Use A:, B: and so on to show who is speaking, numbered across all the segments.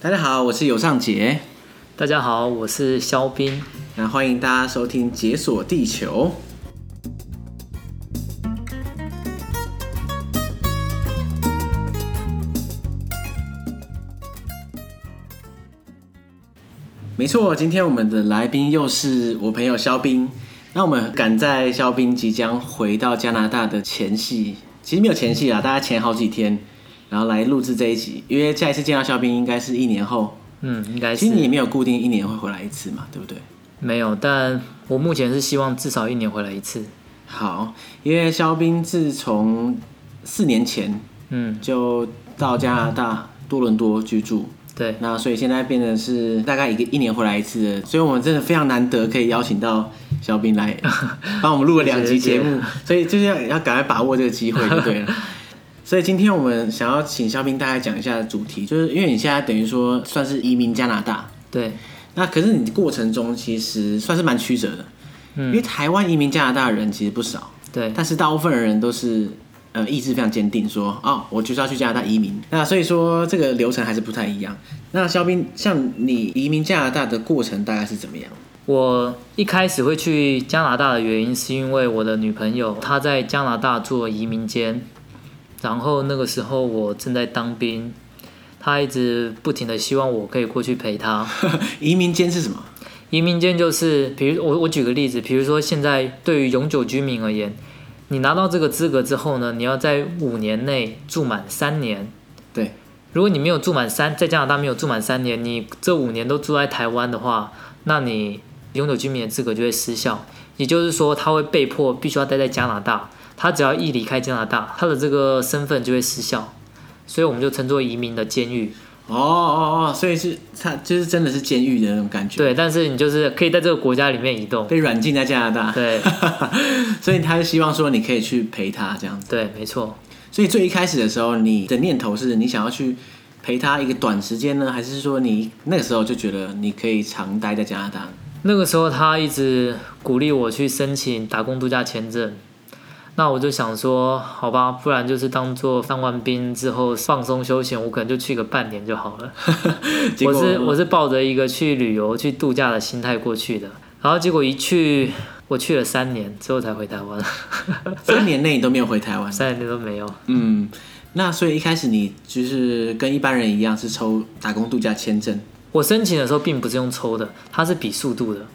A: 大家好，我是尤尚杰，
B: 大家好，我是肖斌。
A: 那欢迎大家收听《解锁地球》。没错，今天我们的来宾又是我朋友肖斌。那我们赶在肖斌即将回到加拿大的前夕，其实没有前夕啦，大家前好几天，然后来录制这一集，因为下一次见到肖斌应该是一年后。
B: 嗯，应该
A: 其实你也
B: 是
A: 没有固定一年会回来一次嘛，对不对？
B: 没有，但我目前是希望至少一年回来一次。
A: 好，因为肖斌自从四年前
B: 嗯，
A: 就到加拿大多伦多居住，
B: 对，
A: 那所以现在变成是大概一个一年回来一次的，所以我们真的非常难得可以邀请到肖斌 来帮我们录了两集节目，所以就是要要赶快把握这个机会就 对了。所以今天我们想要请肖斌大概讲一下主题，就是因为你现在等于说算是移民加拿大，
B: 对，
A: 那可是你过程中其实算是蛮曲折的，因为
B: 嗯，
A: 台湾移民加拿大的人其实不少。
B: 对，
A: 但是大部分人都是呃意志非常坚定说，哦，我就是要去加拿大移民。那所以说这个流程还是不太一样。那肖斌，像你移民加拿大的过程大概是怎么样？
B: 我一开始会去加拿大的原因，是因为我的女朋友她在加拿大做移民监，然后那个时候我正在当兵，她一直不停的希望我可以过去陪她。
A: 移民监是什么？
B: 移民间就是，比如我我举个例子，比如说现在对于永久居民而言，你拿到这个资格之后呢，你要在五年内住满三年。
A: 对，
B: 如果你没有住满三，在加拿大没有住满三年，你这五年都住在台湾的话，那你永久居民的资格就会失效。也就是说，他会被迫必须要待在加拿大，他只要一离开加拿大，他的这个身份就会失效，所以我们就称作移民的监狱。
A: 哦哦哦，所以是他就是真的是监狱的那种感觉，
B: 对，但是你就是可以在这个国家里面移动。
A: 被软禁在加拿大。
B: 对，
A: 所以他就希望说你可以去陪他这样子。
B: 对，没错。
A: 所以最一开始的时候，你的念头是你想要去。陪他一个短时间呢，还是说你那个时候就觉得你可以常待在加拿大？
B: 那个时候他一直鼓励我去申请打工度假签证，那我就想说，好吧，不然就是当做当完兵之后放松休闲，我可能就去个半年就 好了。
A: 结
B: 我
A: 果
B: 是我是抱着一个去旅游、去度假的心态过去的，然后结果一去，我去了三年之后才回台湾，
A: 三年内你都没有回台湾。
B: 三年都没有。
A: 嗯，那所以一开始你就是跟一般人一样是抽打工度假签证，
B: 我申请的时候并不是用抽的，它是比速度的，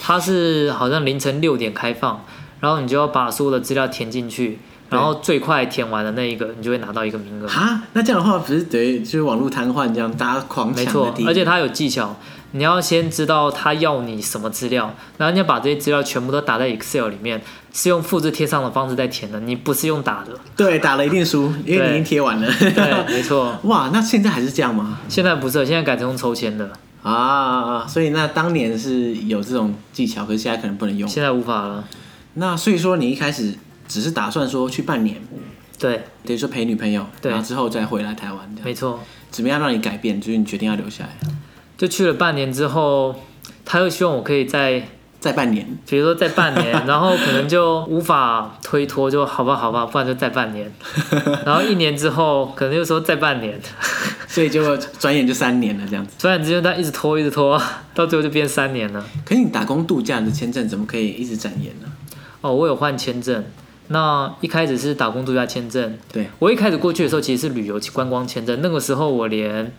B: 它是好像凌晨六点开放，然后你就要把所有的资料填进去，然后最快填完的那一个，你就会拿到一个名额。
A: 哈，那这样的话不是等于就是网络瘫痪这样，大家狂抢
B: 没
A: 的
B: 错
A: 第一，
B: 而且它有技巧，你要先知道他要你什么资料，然后你要把这些资料全部都打在 Excel 里面，是用复制贴上的方式在填的，你不是用打的。
A: 对打了一定输，因为你已经贴完了。
B: 对，没错，
A: 哇，那现在还是这样吗？
B: 现在不是了，现在改成用抽签的，
A: 啊，所以那当年是有这种技巧，可是现在可能不能用。
B: 现在无法了。
A: 那所以说你一开始只是打算说去半年，
B: 对，
A: 等于说陪女朋友，
B: 对
A: 然后之后再回来台湾这样。
B: 没错。
A: 怎么样让你改变？就是你决定要留下来，
B: 就去了半年之后，他又希望我可以在
A: 再半年。
B: 比如说再半年，然后可能就无法推脱，就好吧好吧，不然就再半年，然后一年之后可能又说再半年，
A: 所以就转眼就三年了这样子。
B: 转眼之间他一直拖一直拖，到最后就变三年了。
A: 可是你打工度假的签证怎么可以一直展延呢？
B: 哦，我有换签证，那一开始是打工度假签证，
A: 对，
B: 我一开始过去的时候其实是旅游观光签证，那个时候我连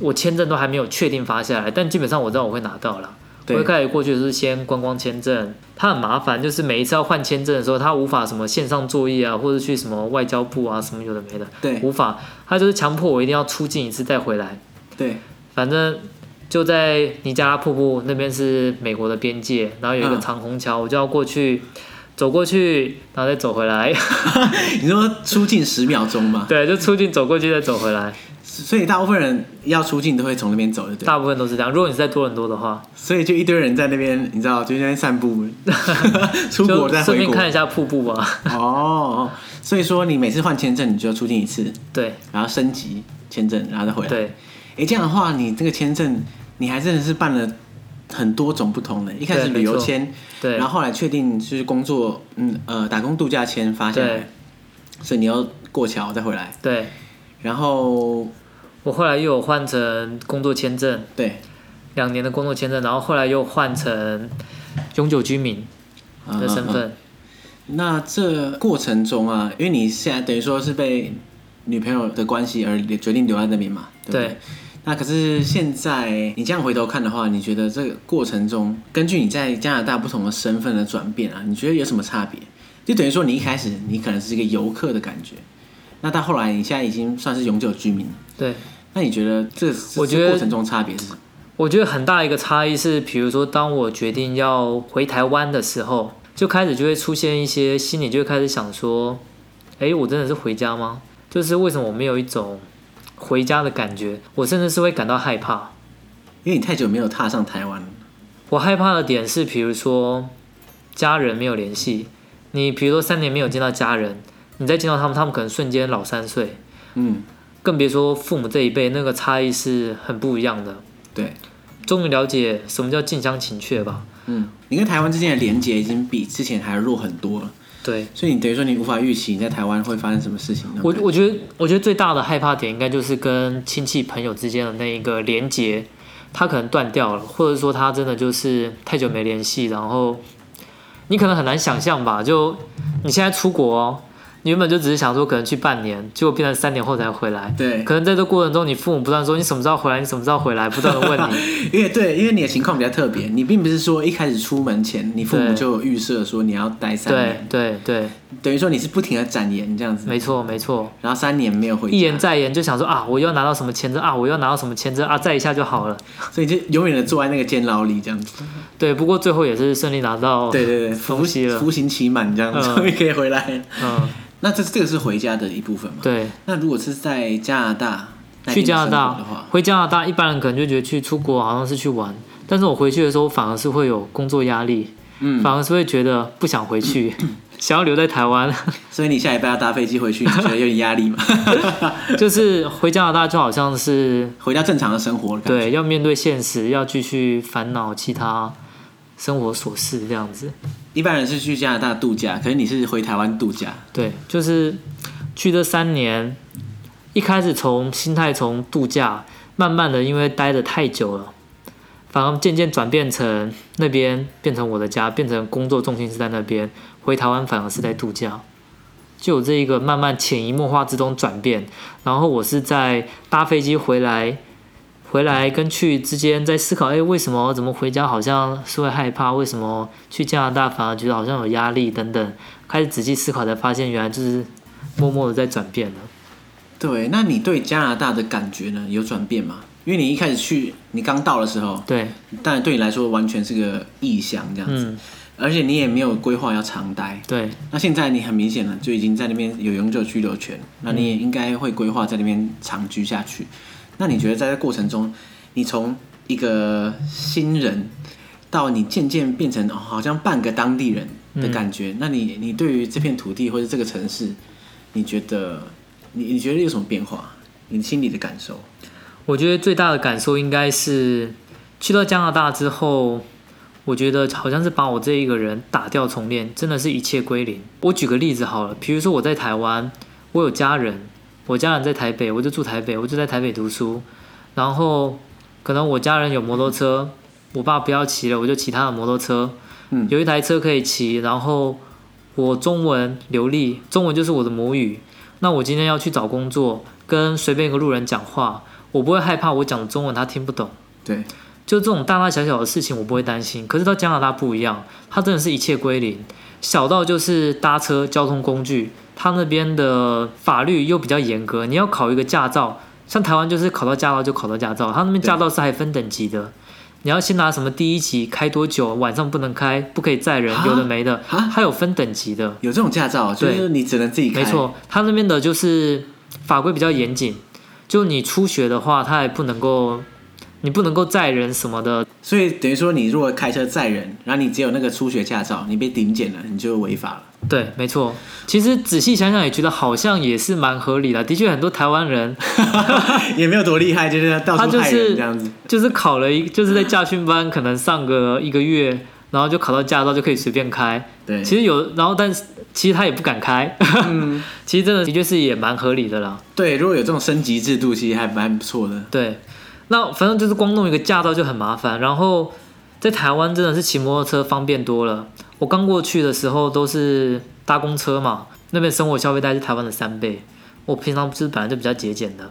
B: 我签证都还没有确定发下来，但基本上我知道我会拿到了。
A: 对
B: 我一开始过去的是先观光签证，它很麻烦，就是每一次要换签证的时候，它无法什么线上作业啊，或者去什么外交部啊，什么有的没的，
A: 对
B: 无法，它就是强迫我一定要出境一次再回来。
A: 对
B: 反正就在尼加拉瀑布那边是美国的边界，然后有一个
A: 嗯
B: 长虹桥，我就要过去，走过去，然后再走回来，
A: 你说出境十秒钟嘛，
B: 对，就出境走过去再走回来，
A: 所以大部分人要出境都会从那边走，对不对？
B: 大部分都是这样。如果你是在多伦多的话，
A: 所以就一堆人在那边，你知道，就在那边散 步，出国
B: 就
A: 再
B: 顺
A: 回
B: 便
A: 国。
B: 看一下瀑布 啊，
A: 哦，所以说你每次换签证，你就要出境一次，
B: 对
A: 然后升级签证，然后再回来。
B: 对
A: 哎，这样的话，你这个签证，你还真的是办了很多种不同的。一开始
B: 对
A: 旅游
B: 没错
A: 签，
B: 对
A: 然后后来确定就是工作，嗯呃，打工度假签发下来
B: 对，
A: 所以你要过桥再回来，
B: 对，
A: 然后
B: 我后来又有换成工作签证，
A: 对，
B: 两年的工作签证，然后后来又换成永久居民
A: 嗯
B: 的身
A: 嗯嗯
B: 份。
A: 那这过程中啊，因为你现在等于说是被女朋友的关系而决定留在那边嘛，嗯对不对？
B: 对
A: 那可是现在你这样回头看的话，你觉得这个过程中，根据你在加拿大不同的身份的转变啊，你觉得有什么差别？就等于说你一开始你可能是一个游客的感觉，那到后来你现在已经算是永久居民了，
B: 对，
A: 那你觉得这这
B: 我觉得
A: 这过程中差别是什么？
B: 我觉得很大一个差异是，比如说当我决定要回台湾的时候，就开始就会出现一些心里就会开始想说，诶，我真的是回家吗？就是为什么我没有一种回家的感觉？我甚至是会感到害怕。
A: 因为你太久没有踏上台湾了，
B: 我害怕的点是，比如说家人没有联系，你比如说三年没有见到家人，你再见到他们，他们可能瞬间老三岁，
A: 嗯，
B: 更别说父母这一辈那个差异是很不一样的。
A: 对，
B: 终于了解什么叫近乡情怯吧？
A: 嗯，你跟台湾之间的连接已经比之前还弱很多了。
B: 对
A: 所以你等于说你无法预期你在台湾会发生什么事情呢？
B: 我，我觉得我觉得最大的害怕点应该就是跟亲戚朋友之间的那一个连结，他可能断掉了，或者说他真的就是太久没联系，然后你可能很难想象吧，就你现在出国、哦，你原本就只是想说可能去半年，结果变成三年后才回来。
A: 对，
B: 可能在这过程中，你父母不断说你什么时候回来，你什么时候回来，不断的问你。
A: 因为对，因为你的情况比较特别，你并不是说一开始出门前你父母
B: 嗯对
A: 就有预设说你要待三
B: 对
A: 年，
B: 对对，
A: 等于说你是不停的展延这样子，
B: 没错没错，
A: 然后三年没有回
B: 一言
A: 家，
B: 再言就想说啊，我又要拿到什么签证啊，我又要拿到什么签证啊，再一下就好了。
A: 所以就永远的坐在那个监牢里这样子。
B: 对，不过最后也是顺利拿到。
A: 对对对，服
B: 复习了
A: 服刑期满这样子，
B: 嗯
A: 终于可以回来。
B: 嗯，
A: 那这这个是回家的一部分嘛？
B: 对，
A: 那如果是在加拿大那
B: 去
A: 边
B: 加拿
A: 生活的
B: 大
A: 话，，
B: 回加拿大，一般人可能就觉得去出国好像是去玩，但是我回去的时候反而是会有工作压力，
A: 嗯，
B: 反而是会觉得不想 回去，想要留在台湾。
A: 所以你下礼拜要搭飞机回去，你觉得有点压力吗？
B: 就是回加拿大就好像是
A: 回到正常的生活了，，
B: 对要面对现实，要继续烦恼其他生活琐事这样子。
A: 一般人是去加拿大度假，可是你是回台湾度假。
B: 对，就是去这三年，一开始从心态从度假，慢慢的因为待的太久了，反而渐渐转变成那边变成我的家，变成工作重心是在那边，回台湾反而是在度假。就有这一个慢慢潜移默化之中转变，然后我是在搭飞机回来，回来跟去之间在思考，哎，为什么怎么回家好像是会害怕，为什么去加拿大反而觉得好像有压力等等，开始仔细思考才发现，原来就是默默的在转变了。
A: 对，那你对加拿大的感觉呢？有转变吗？因为你一开始去，你刚到的时候，
B: 对，
A: 当然对你来说完全是个异乡这样子，
B: 嗯，
A: 而且你也没有规划要常待。
B: 对，
A: 那现在你很明显了，就已经在那边有永久居留权，那你也应该会规划在那边长居下去。那你觉得在这过程中，你从一个新人到你渐渐变成、哦好像半个当地人的感
B: 嗯
A: 觉，那你你对于这片土地或者这个城市，你觉得你你觉得有什么变化？你心里的感受？
B: 我觉得最大的感受应该是去到加拿大之后，我觉得好像是把我这一个人打掉重练，真的是一切归零。我举个例子好了，比如说我在台湾，我有家人，我家人在台北，我就住台北，我就在台北读书，然后可能我家人有摩托车，我爸不要骑了，我就骑他的摩托车，
A: 嗯
B: 有一台车可以骑，然后我中文流利，中文就是我的母语。那我今天要去找工作，跟随便一个路人讲话，我不会害怕我讲中文他听不懂。
A: 对，
B: 就这种大大小小的事情，我不会担心。可是到加拿大不一样，它真的是一切归零，小到就是搭车交通工具，它那边的法律又比较严格，你要考一个驾照，像台湾就是考到驾照就考到驾照，它那边
A: 对
B: 驾照是还分等级的。你要先拿什么第一级开多久，晚上不能开，不可以载人
A: 啊，
B: 有的没的，
A: 啊
B: 它有分等级的。
A: 有这种驾照，就
B: 对
A: 是你只能自己开。
B: 没，错，他那边的就是法规比较严谨，就你初学的话，他也不能够，你不能够载人什么的。
A: 所以等于说你如果开车载人，然后你只有那个初学驾照，你被顶检了，你就违法了。
B: 对，没错。其实仔细想想也觉得好像也是蛮合理的。的确，很多台湾人
A: 也没有多厉害，就是到
B: 他
A: 处
B: 就
A: 害人
B: 是
A: 这样子。
B: 就是考了一，就是在驾训班可能上个一个月，然后就考到驾照就可以随便开。
A: 对，
B: 其实有，然后但是其实他也不敢开，
A: 嗯，
B: 其实真的的确是也蛮合理的啦。
A: 对，如果有这种升级制度，其实还蛮不错的。
B: 对，那反正就是光弄一个驾照就很麻烦。然后在台湾真的是骑摩托车方便多了。我刚过去的时候都是搭公车嘛，那边生活消费大概是台湾的三倍。我平常就是本来就比较节俭的，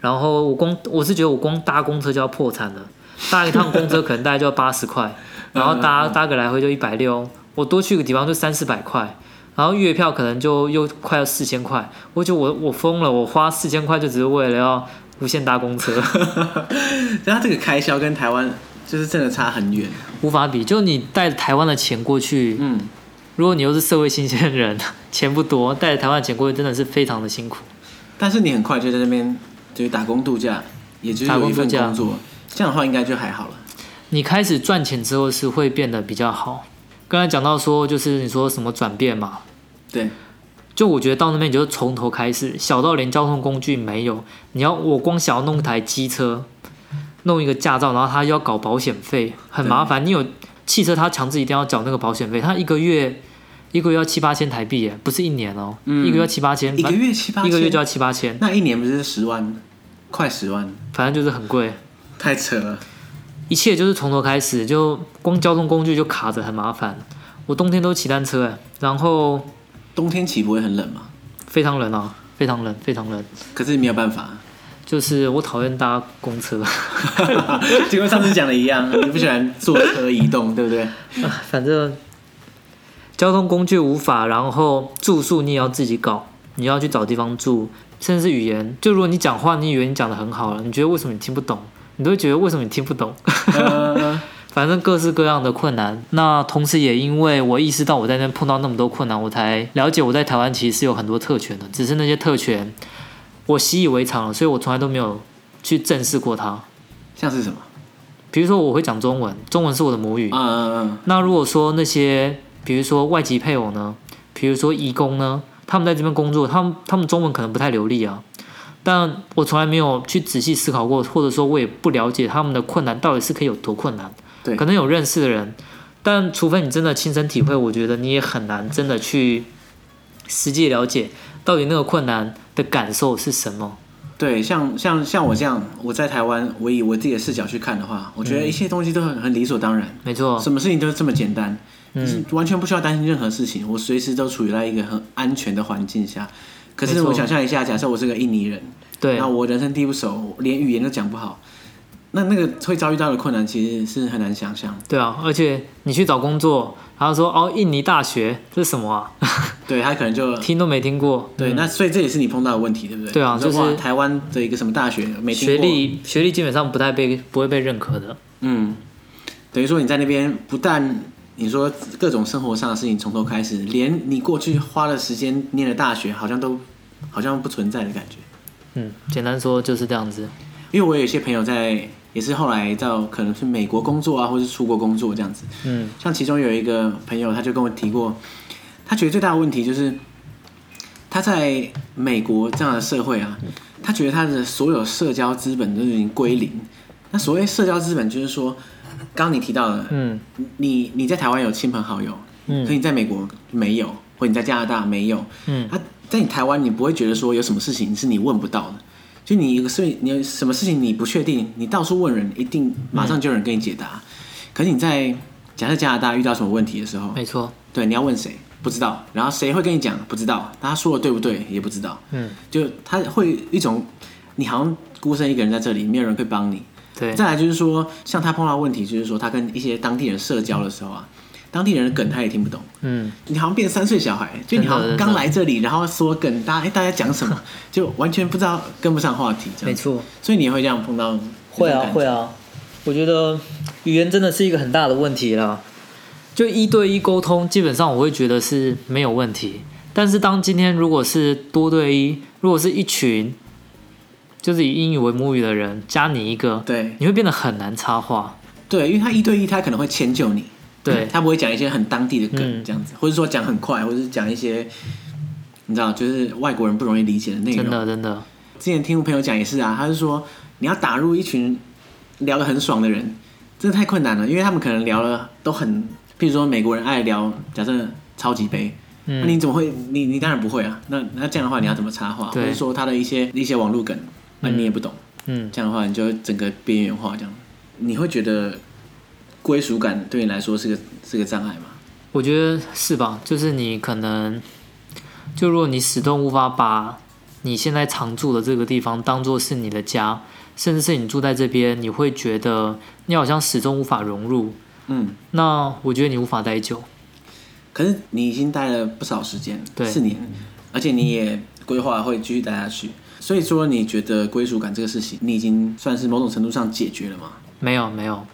B: 然后我光我是觉得我光搭公车就要破产了，搭一趟公车可能大概就要八十块，然
A: 嗯
B: 后 搭搭个来回就一百六，我多去个地方就三四百块。然后月票可能就又快要四千块，我觉得我我疯了，我花四千块就只是为了要无限搭公车。
A: 但它这个开销跟台湾就是真的差很远。
B: 无法比。就你带台湾的钱过去，
A: 嗯，
B: 如果你又是社会新鲜人， 钱不多，带台湾的钱过去真的是非常的辛苦。
A: 但是你很快就在那边就是打工度假，也就是有一份
B: 打
A: 工
B: 工
A: 作，这样的话应该就还好了。
B: 你开始赚钱之后是会变得比较好。刚才讲到说，就是你说什么转变嘛，
A: 对，
B: 就我觉得到那边你就从头开始，小到连交通工具没有，你要我光想要弄台机车，弄一个驾照，然后他又要搞保险费，很麻烦。你有汽车，他强制一定要缴那个保险费，他一个月一个月要七八千台币耶，不是一年哦，
A: 嗯
B: 一个月要七八千，
A: 一个月七八千，
B: 一个月就要七八千，
A: 那一年不是十万，快十万，
B: 反正就是很贵。
A: 太扯了。
B: 一切就是从头开始，就光交通工具就卡着，很麻烦。我冬天都骑单车，哎，然后
A: 冬天骑不会很冷嘛？
B: 非常冷啊，非常冷，非常冷。
A: 可是没有办法，
B: 就是我讨厌搭公车，
A: 就跟上次讲的一样，你不喜欢坐车移动，对不 对？
B: 反正交通工具无法，然后住宿你也要自己搞，你要去找地方住，甚至语言。就如果你讲话，你以为你讲的很好了，你觉得为什么你听不懂？你都会觉得为什么你听不懂？
A: 呃，
B: 反正各式各样的困难。那同时也因为我意识到我在那边碰到那么多困难，我才了解我在台湾其实是有很多特权的，只是那些特权我习以为常了，所以我从来都没有去正视过它。
A: 像是什么？
B: 比如说我会讲中文，中文是我的母语。
A: 嗯嗯
B: 那如果说那些比如说外籍配偶呢，比如说移工呢，他们在这边工作，他们他们中文可能不太流利啊。但我从来没有去仔细思考过，或者说我也不了解他们的困难到底是可以有多困难。
A: 对
B: 可能有认识的人，但除非你真的亲身体会，我觉得你也很难真的去实际了解到底那个困难的感受是什么。
A: 嗯，对，像像像我这样，我在台湾，我以我自己的视角去看的话，我
B: 嗯
A: 觉得一切东西都很很理所当然，
B: 没错，
A: 什么事情都这么简单，
B: 哦嗯，
A: 完全不需要担心任何事情，我随时都处于在一个很安全的环境下。可
B: 没
A: 是
B: 错
A: 我想象一下，假设我是个印尼人，
B: 对
A: 那，我人生地不熟，我连语言都讲不好，那那个会遭遇到的困难其实是很难想象。
B: 对啊，而且你去找工作，然后说哦，印尼大学这是什么啊？
A: 对他可能就
B: 听都没听过。
A: 对，那所以这也是你碰到的问题，对不对？
B: 嗯对啊
A: 你说
B: 就是
A: 哇台湾的一个什么大学没听过
B: 学，历学历基本上不太被不会被认可的。
A: 嗯，等于说你在那边不但你说各种生活上的事情从头开始，连你过去花了时间念的大学好像都好像不存在的感觉。
B: 嗯，简单说就是这样子。
A: 因为我有一些朋友在，也是后来到可能是美国工作啊，或是出国工作这样子，
B: 嗯，
A: 像其中有一个朋友，他就跟我提过，他觉得最大的问题就是他在美国这样的社会啊，他觉得他的所有社交资本都已经归零。那所谓社交资本，就是说，刚刚你提到的，
B: 嗯
A: 你你在台湾有亲朋好友，
B: 嗯
A: 可你在美国没有，或你在加拿大没有，
B: 嗯，
A: 啊，在你台湾，你不会觉得说有什么事情是你问不到的，就你有个事，你有什么事情你不确定，你到处问人，一定马
B: 嗯
A: 上就有人给你解答。可是你在假设加拿大遇到什么问题的时候，
B: 没错。
A: 对，你要问谁不知道，然后谁会跟你讲不知道，他说的对不对也不知道，
B: 嗯，
A: 就他会有一种你好像孤身一个人在这里，没有人会帮你。
B: 对，
A: 再来就是说，像他碰到的问题，就是说他跟一些当地人社交的时候啊，当地人的梗他也听不懂。
B: 嗯，
A: 你好像变三岁小孩，就你好像刚来这里，然后说跟大家哎大家讲什么，就完全不知道跟不上话题这
B: 没
A: 样，
B: 错。
A: 所以你也会这样碰到这种
B: 会啊
A: 感觉
B: 会啊，我觉得语言真的是一个很大的问题啦。就一对一沟通，基本上我会觉得是没有问题。但是当今天如果是多对一，如果是一群，就是以英语为母语的人加你一个，
A: 对
B: 你会变得很难插话。
A: 对，因为他一对一他可能会迁就你，
B: 对，
A: 他不会讲一些很当地的
B: 嗯
A: 梗这样子，或者说讲很快，或者是讲一些你知道就是外国人不容易理解的内
B: 真
A: 容。
B: 的真的，
A: 之前听我朋友讲也是啊，他是说你要打入一群聊得很爽的人，真的太困难了，因为他们可能聊了都很譬如说美国人爱聊，假设超级杯，那、
B: 嗯，
A: 你怎么会？你你当然不会啊。那那这样的话，你要怎么插话，或
B: 对
A: 者说他的一些一些网络梗，那、你也不懂。
B: 嗯，
A: 这样的话，你就整个边缘化这样。你会觉得归属感对你来说是个是个障碍吗？
B: 我觉得是吧？就是你可能，就如果你始终无法把你现在常住的这个地方当做是你的家，甚至是你住在这边，你会觉得你好像始终无法融入。
A: 嗯，
B: 那我觉得你无法待久。
A: 可是你已经待了不少时间，
B: 对
A: 四年，而且你也规划会继续待下去。所以说，你觉得归属感这个事情，你已经算是某种程度上解决了吗？
B: 没有没有，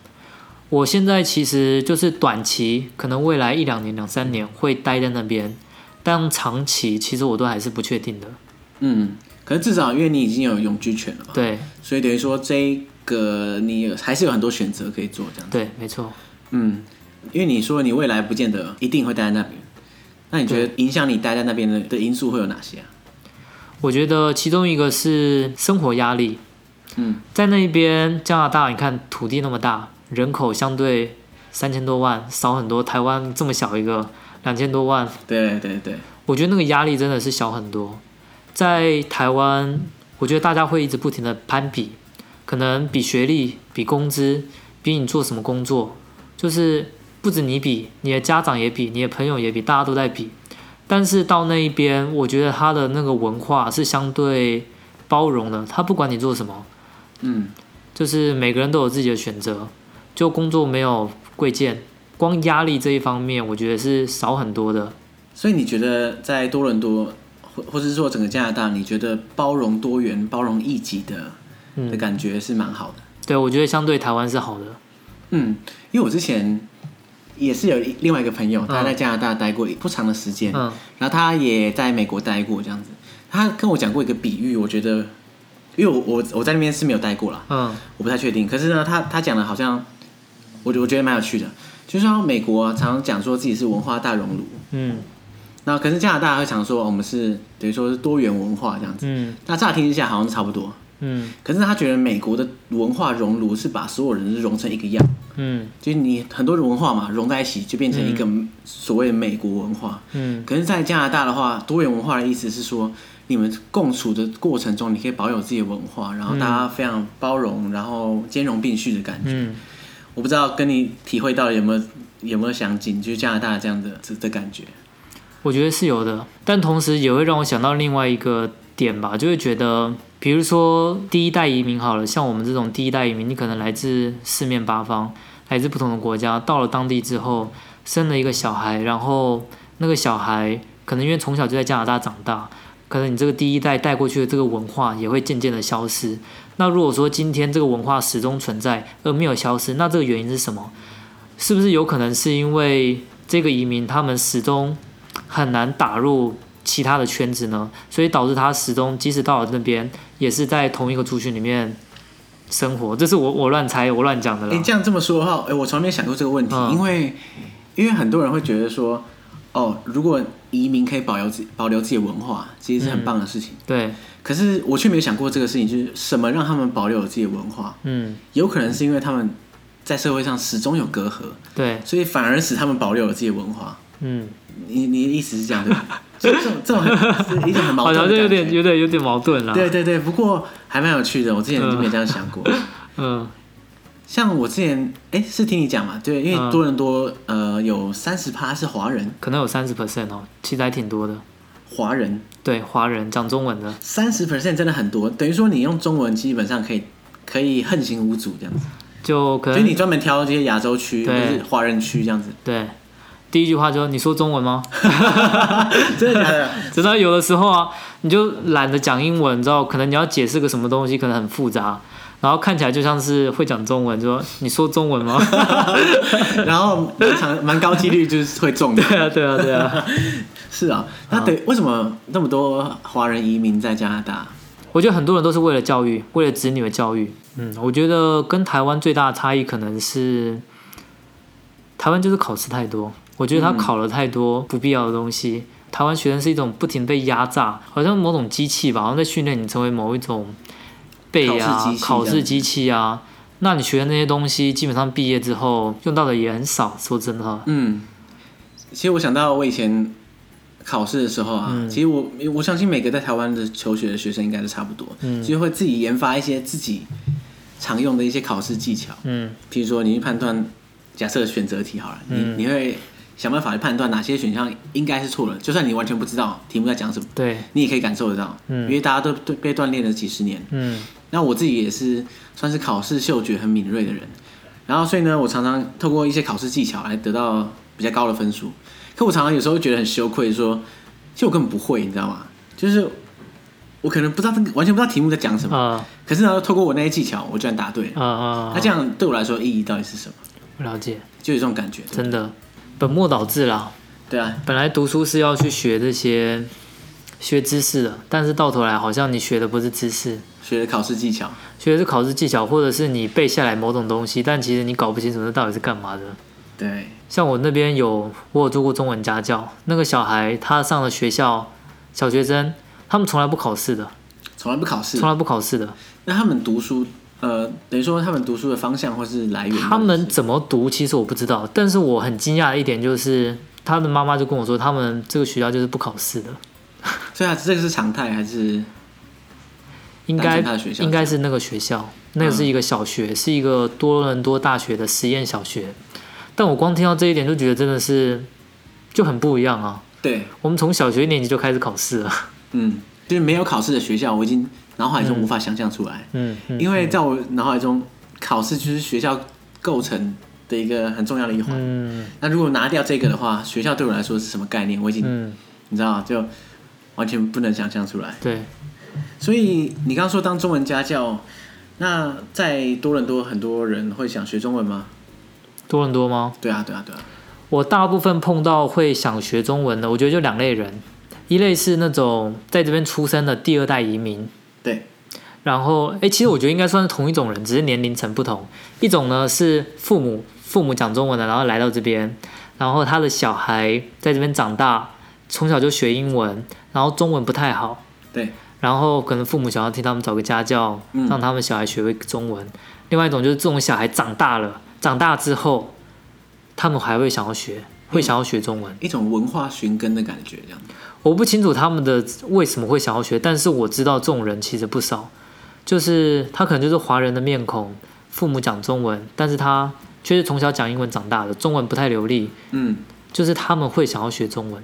B: 我现在其实就是短期，可能未来一两年、两三年会待在那边，但长期其实我都还是不确定的。
A: 嗯，可是至少因为你已经有永居权了嘛，
B: 对
A: 所以等于说这个你有还是有很多选择可以做这样子。
B: 对，没错。
A: 嗯，因为你说你未来不见得一定会待在那边，那你觉得影响你待在那边的的因素会有哪些啊？
B: 我觉得其中一个是生活压力，
A: 嗯，
B: 在那边加拿大，你看土地那么大，人口相对三千多万，少很多。台湾这么小一个，两千多万，
A: 对对对，
B: 我觉得那个压力真的是小很多。在台湾，我觉得大家会一直不停的攀比，可能比学历、比工资、比你做什么工作，就是不止你比，你的家长也比，你的朋友也比，大家都在比。但是到那一边，我觉得他的那个文化是相对包容的，他不管你做什么，
A: 嗯，
B: 就是每个人都有自己的选择，就工作没有贵贱，光压力这一方面，我觉得是少很多的。
A: 所以你觉得在多伦多，或或是说整个加拿大，你觉得包容多元、包容异己的的
B: 嗯，
A: 感觉是蛮好的。
B: 对，我觉得相对台湾是好的。
A: 嗯，因为我之前也是有另外一个朋友，他
B: 嗯
A: 在加拿大待过不长的时间，
B: 嗯
A: 然后他也在美国待过这样子。他跟我讲过一个比喻，我觉得，因为我我我在那边是没有待过啦，
B: 嗯
A: 我不太确定。可是呢，他他讲的好像，我觉我觉得蛮有趣的，就是说美国常常讲说自己是文化大熔炉，
B: 嗯
A: 那可是加拿大会常说哦我们是等于说是多元文化这样子。
B: 嗯
A: 那乍听之下好像差不多，
B: 嗯
A: 可是他觉得美国的文化熔炉是把所有人融成一个样。
B: 嗯
A: 就是你很多的文化嘛融在一起，就变成一个所谓美国文化。
B: 嗯
A: 可是，在加拿大的话，多元文化的意思是说，你们共处的过程中，你可以保有自己的文化，然后大家非常包容，然后兼容并蓄的感觉。
B: 嗯，
A: 我不知道跟你体会到有没有有没有相近，就是加拿大这样的这的感觉。
B: 我觉得是有的，但同时也会让我想到另外一个点吧，就会觉得，比如说第一代移民好了，像我们这种第一代移民，你可能来自四面八方，来自不同的国家，到了当地之后，生了一个小孩，然后那个小孩可能因为从小就在加拿大长大，可能你这个第一代带过去的这个文化也会渐渐的消失。那如果说今天这个文化始终存在而没有消失，那这个原因是什么？是不是有可能是因为这个移民他们始终很难打入其他的圈子呢？所以导致他始终即使到了那边，也是在同一个族群里面生活。这是我我乱猜我乱讲的
A: 你、
B: 啦。
A: 这样这么说的话，哎、我从来没想过这个问题，
B: 嗯
A: 因为因为很多人会觉得说，哦，如果移民可以保留自保留自己的文化，其实是很棒的事情。
B: 对，
A: 可是我却没有想过这个事情，就是什么让他们保留自己的文化？
B: 嗯，
A: 有可能是因为他们在社会上始终有隔阂，
B: 对，
A: 所以反而使他们保留了自己的文化。
B: 嗯，
A: 你你的意思是这样对 吧？就这种这种很是一种很矛
B: 好像
A: 盾
B: 就
A: 的感
B: 有点
A: 觉。
B: 有点有点矛盾啦。
A: 对对对，不过还蛮有趣的，我之前就没有这样想过。
B: 嗯
A: 像我之前，哎，是听你讲嘛？对，因为
B: 嗯
A: 多伦多呃有三十趴是华人，
B: 可能有三十 percent 哦，其实还挺多的。
A: 华人
B: 对，华人讲中文的，
A: 三十 percent 真的很多，等于说你用中文基本上可以可以横行无阻这样子。
B: 就可
A: 所以
B: 能
A: 你专门挑这些亚洲区或
B: 对
A: 是华人区这样子，
B: 对。第一句话就是你说中文吗？
A: 真的假的？
B: 真的有的时候啊，你就懒得讲英文，你知道，可能你要解释个什么东西，可能很复杂，然后看起来就像是会讲中文，就说你说中文吗？
A: 然后蛮常蛮高几率就是会中的，
B: 对啊，对啊，对啊。
A: 是啊。那等为什么那么多华人移民在加拿大？
B: 我觉得很多人都是为了教育，为了子女的教育。嗯，我觉得跟台湾最大的差异可能是，台湾就是考试太多，我觉得他考了太多不必要的东西。台湾学生是一种不停被压榨，好像某种机器吧，好像在训练你成为某一种背
A: 考试
B: 啊
A: 机器、
B: 考
A: 这
B: 试
A: 样
B: 机器啊。那你学的那些东西，基本上毕业之后用到的也很少。说真的话，
A: 嗯，其实我想到我以前考试的时候啊，其实我我相信每个在台湾的求学的学生应该都差不多，嗯，就会自己研发一些自己常用的一些考试技巧，
B: 嗯
A: 譬如说你去判断，假设选择题好了，你、你会想办法去判断哪些选项应该是错的，就算你完全不知道题目在讲什么，
B: 对，
A: 你也可以感受得到，嗯，因为大家都都被锻炼了几十年，
B: 嗯
A: 那我自己也是算是考试嗅觉很敏锐的人，然后所以呢，我常常透过一些考试技巧来得到比较高的分数。可我常常有时候会觉得很羞愧说，其实我根本不会，你知道吗？就是我可能不知道这个，完全不知道题目在讲什么，
B: 啊
A: 可是呢，透过我那些技巧，我居然答对了。
B: 啊啊，
A: 那这样对我来说意义到底是什么？
B: 我了解，
A: 就有这种感觉，
B: 真的本末倒置啦。
A: 对啊，
B: 本来读书是要去学这些学知识的，但是到头来好像你学的不是知识，
A: 学了考试技巧，
B: 学的是考试技巧，或者是你背下来某种东西，但其实你搞不清楚那到底是干嘛的。
A: 对，
B: 像我那边有，我有做过中文家教，那个小孩他上了学校，小学生他们从来不考试的，
A: 从来不考试
B: 从。来不考试的，
A: 那他们读书，呃，等于说他们读书的方向或是来源，
B: 他们怎么读其实我不知道，但是我很惊讶的一点就是，他的妈妈就跟我说，他们这个学校就是不考试的，
A: 所以啊，这个是常态还是？
B: 应该
A: 单纯他的学校嗯
B: 应该是那个学校，那个是一个小学，是一个多伦多大学的实验小学。但我光听到这一点就觉得真的是就很不一样啊！
A: 对，
B: 我们从小学一年级就开始考试了，
A: 嗯，就是没有考试的学校，我已经脑海中无法想象出来，
B: 嗯，嗯
A: 因为在我脑海中，考试就是学校构成的一个很重要的一环。
B: 嗯
A: 那如果拿掉这个的话，学校对我来说是什么概念？我已经、
B: 嗯，
A: 你知道就完全不能想象出来。
B: 对，
A: 所以你刚刚说当中文家教，那在多伦多很多人会想学中文吗？
B: 多伦多吗？
A: 对啊，对啊，对啊，
B: 我大部分碰到会想学中文的，我觉得就两类人，一类是那种在这边出生的第二代移民，
A: 对，
B: 然后，哎，其实我觉得应该算是同一种人，只是年龄层不同。一种呢是父母父母讲中文的，然后来到这边，然后他的小孩在这边长大，从小就学英文，然后中文不太好，
A: 对，
B: 然后可能父母想要替他们找个家教，
A: 嗯
B: 让他们小孩学会中文。另外一种就是这种小孩长大了，长大之后，他们还会想要学，会想要学中文。
A: 一种文化寻根的感觉，这样。
B: 我不清楚他们的为什么会想要学，但是我知道这种人其实不少，就是他可能就是华人的面孔，父母讲中文，但是他却是从小讲英文长大的，中文不太流利，
A: 嗯，
B: 就是他们会想要学中文。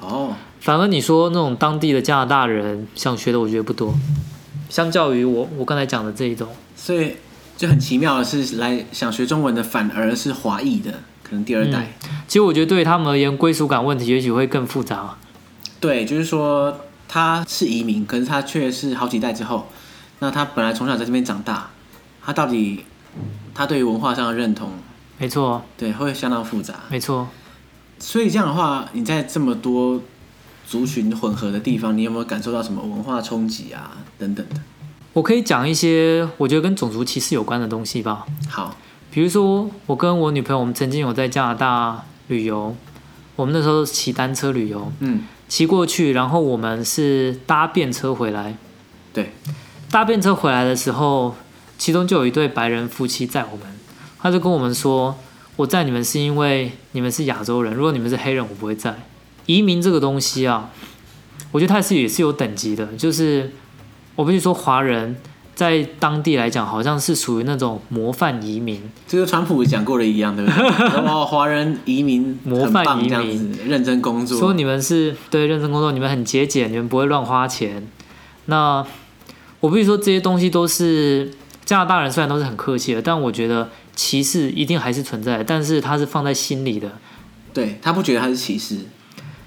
A: 哦，
B: 反而你说那种当地的加拿大人想学的，我觉得不多，相较于我我刚才讲的这一种，
A: 所以就很奇妙的是，来想学中文的反而是华裔的，可能第二代。
B: 嗯其实我觉得对他们而言，归属感问题也许会更复杂。
A: 对，就是说他是移民，可是他却是好几代之后，那他本来从小在这边长大，他到底他对于文化上的认同，
B: 没错，
A: 对，会相当复杂。
B: 没错。
A: 所以这样的话，你在这么多族群混合的地方，你有没有感受到什么文化冲击啊等等的？
B: 我可以讲一些我觉得跟种族歧视有关的东西吧。
A: 好，
B: 比如说，我跟我女朋友，我们曾经有在加拿大旅游，我们那时候骑单车旅游，
A: 嗯，
B: 骑过去，然后我们是搭便车回来。
A: 对，
B: 搭便车回来的时候，其中就有一对白人夫妻载我们，他就跟我们说：“我载你们是因为你们是亚洲人，如果你们是黑人，我不会载。”移民这个东西啊，我觉得它是也是有等级的，就是我必须说，华人在当地来讲，好像是属于那种模范移民。
A: 这个川普讲过的一样，对 不对？哇，华人移民
B: 模
A: 很
B: 范
A: 棒，
B: 移
A: 这样
B: 民
A: 子认真工作，
B: 说你们是对认真工作，你们很节俭，你们不会乱花钱。那我必须说，这些东西都是加拿大人虽然都是很客气的，但我觉得歧视一定还是存在的，但是他是放在心里的。
A: 对他不觉得他是歧视，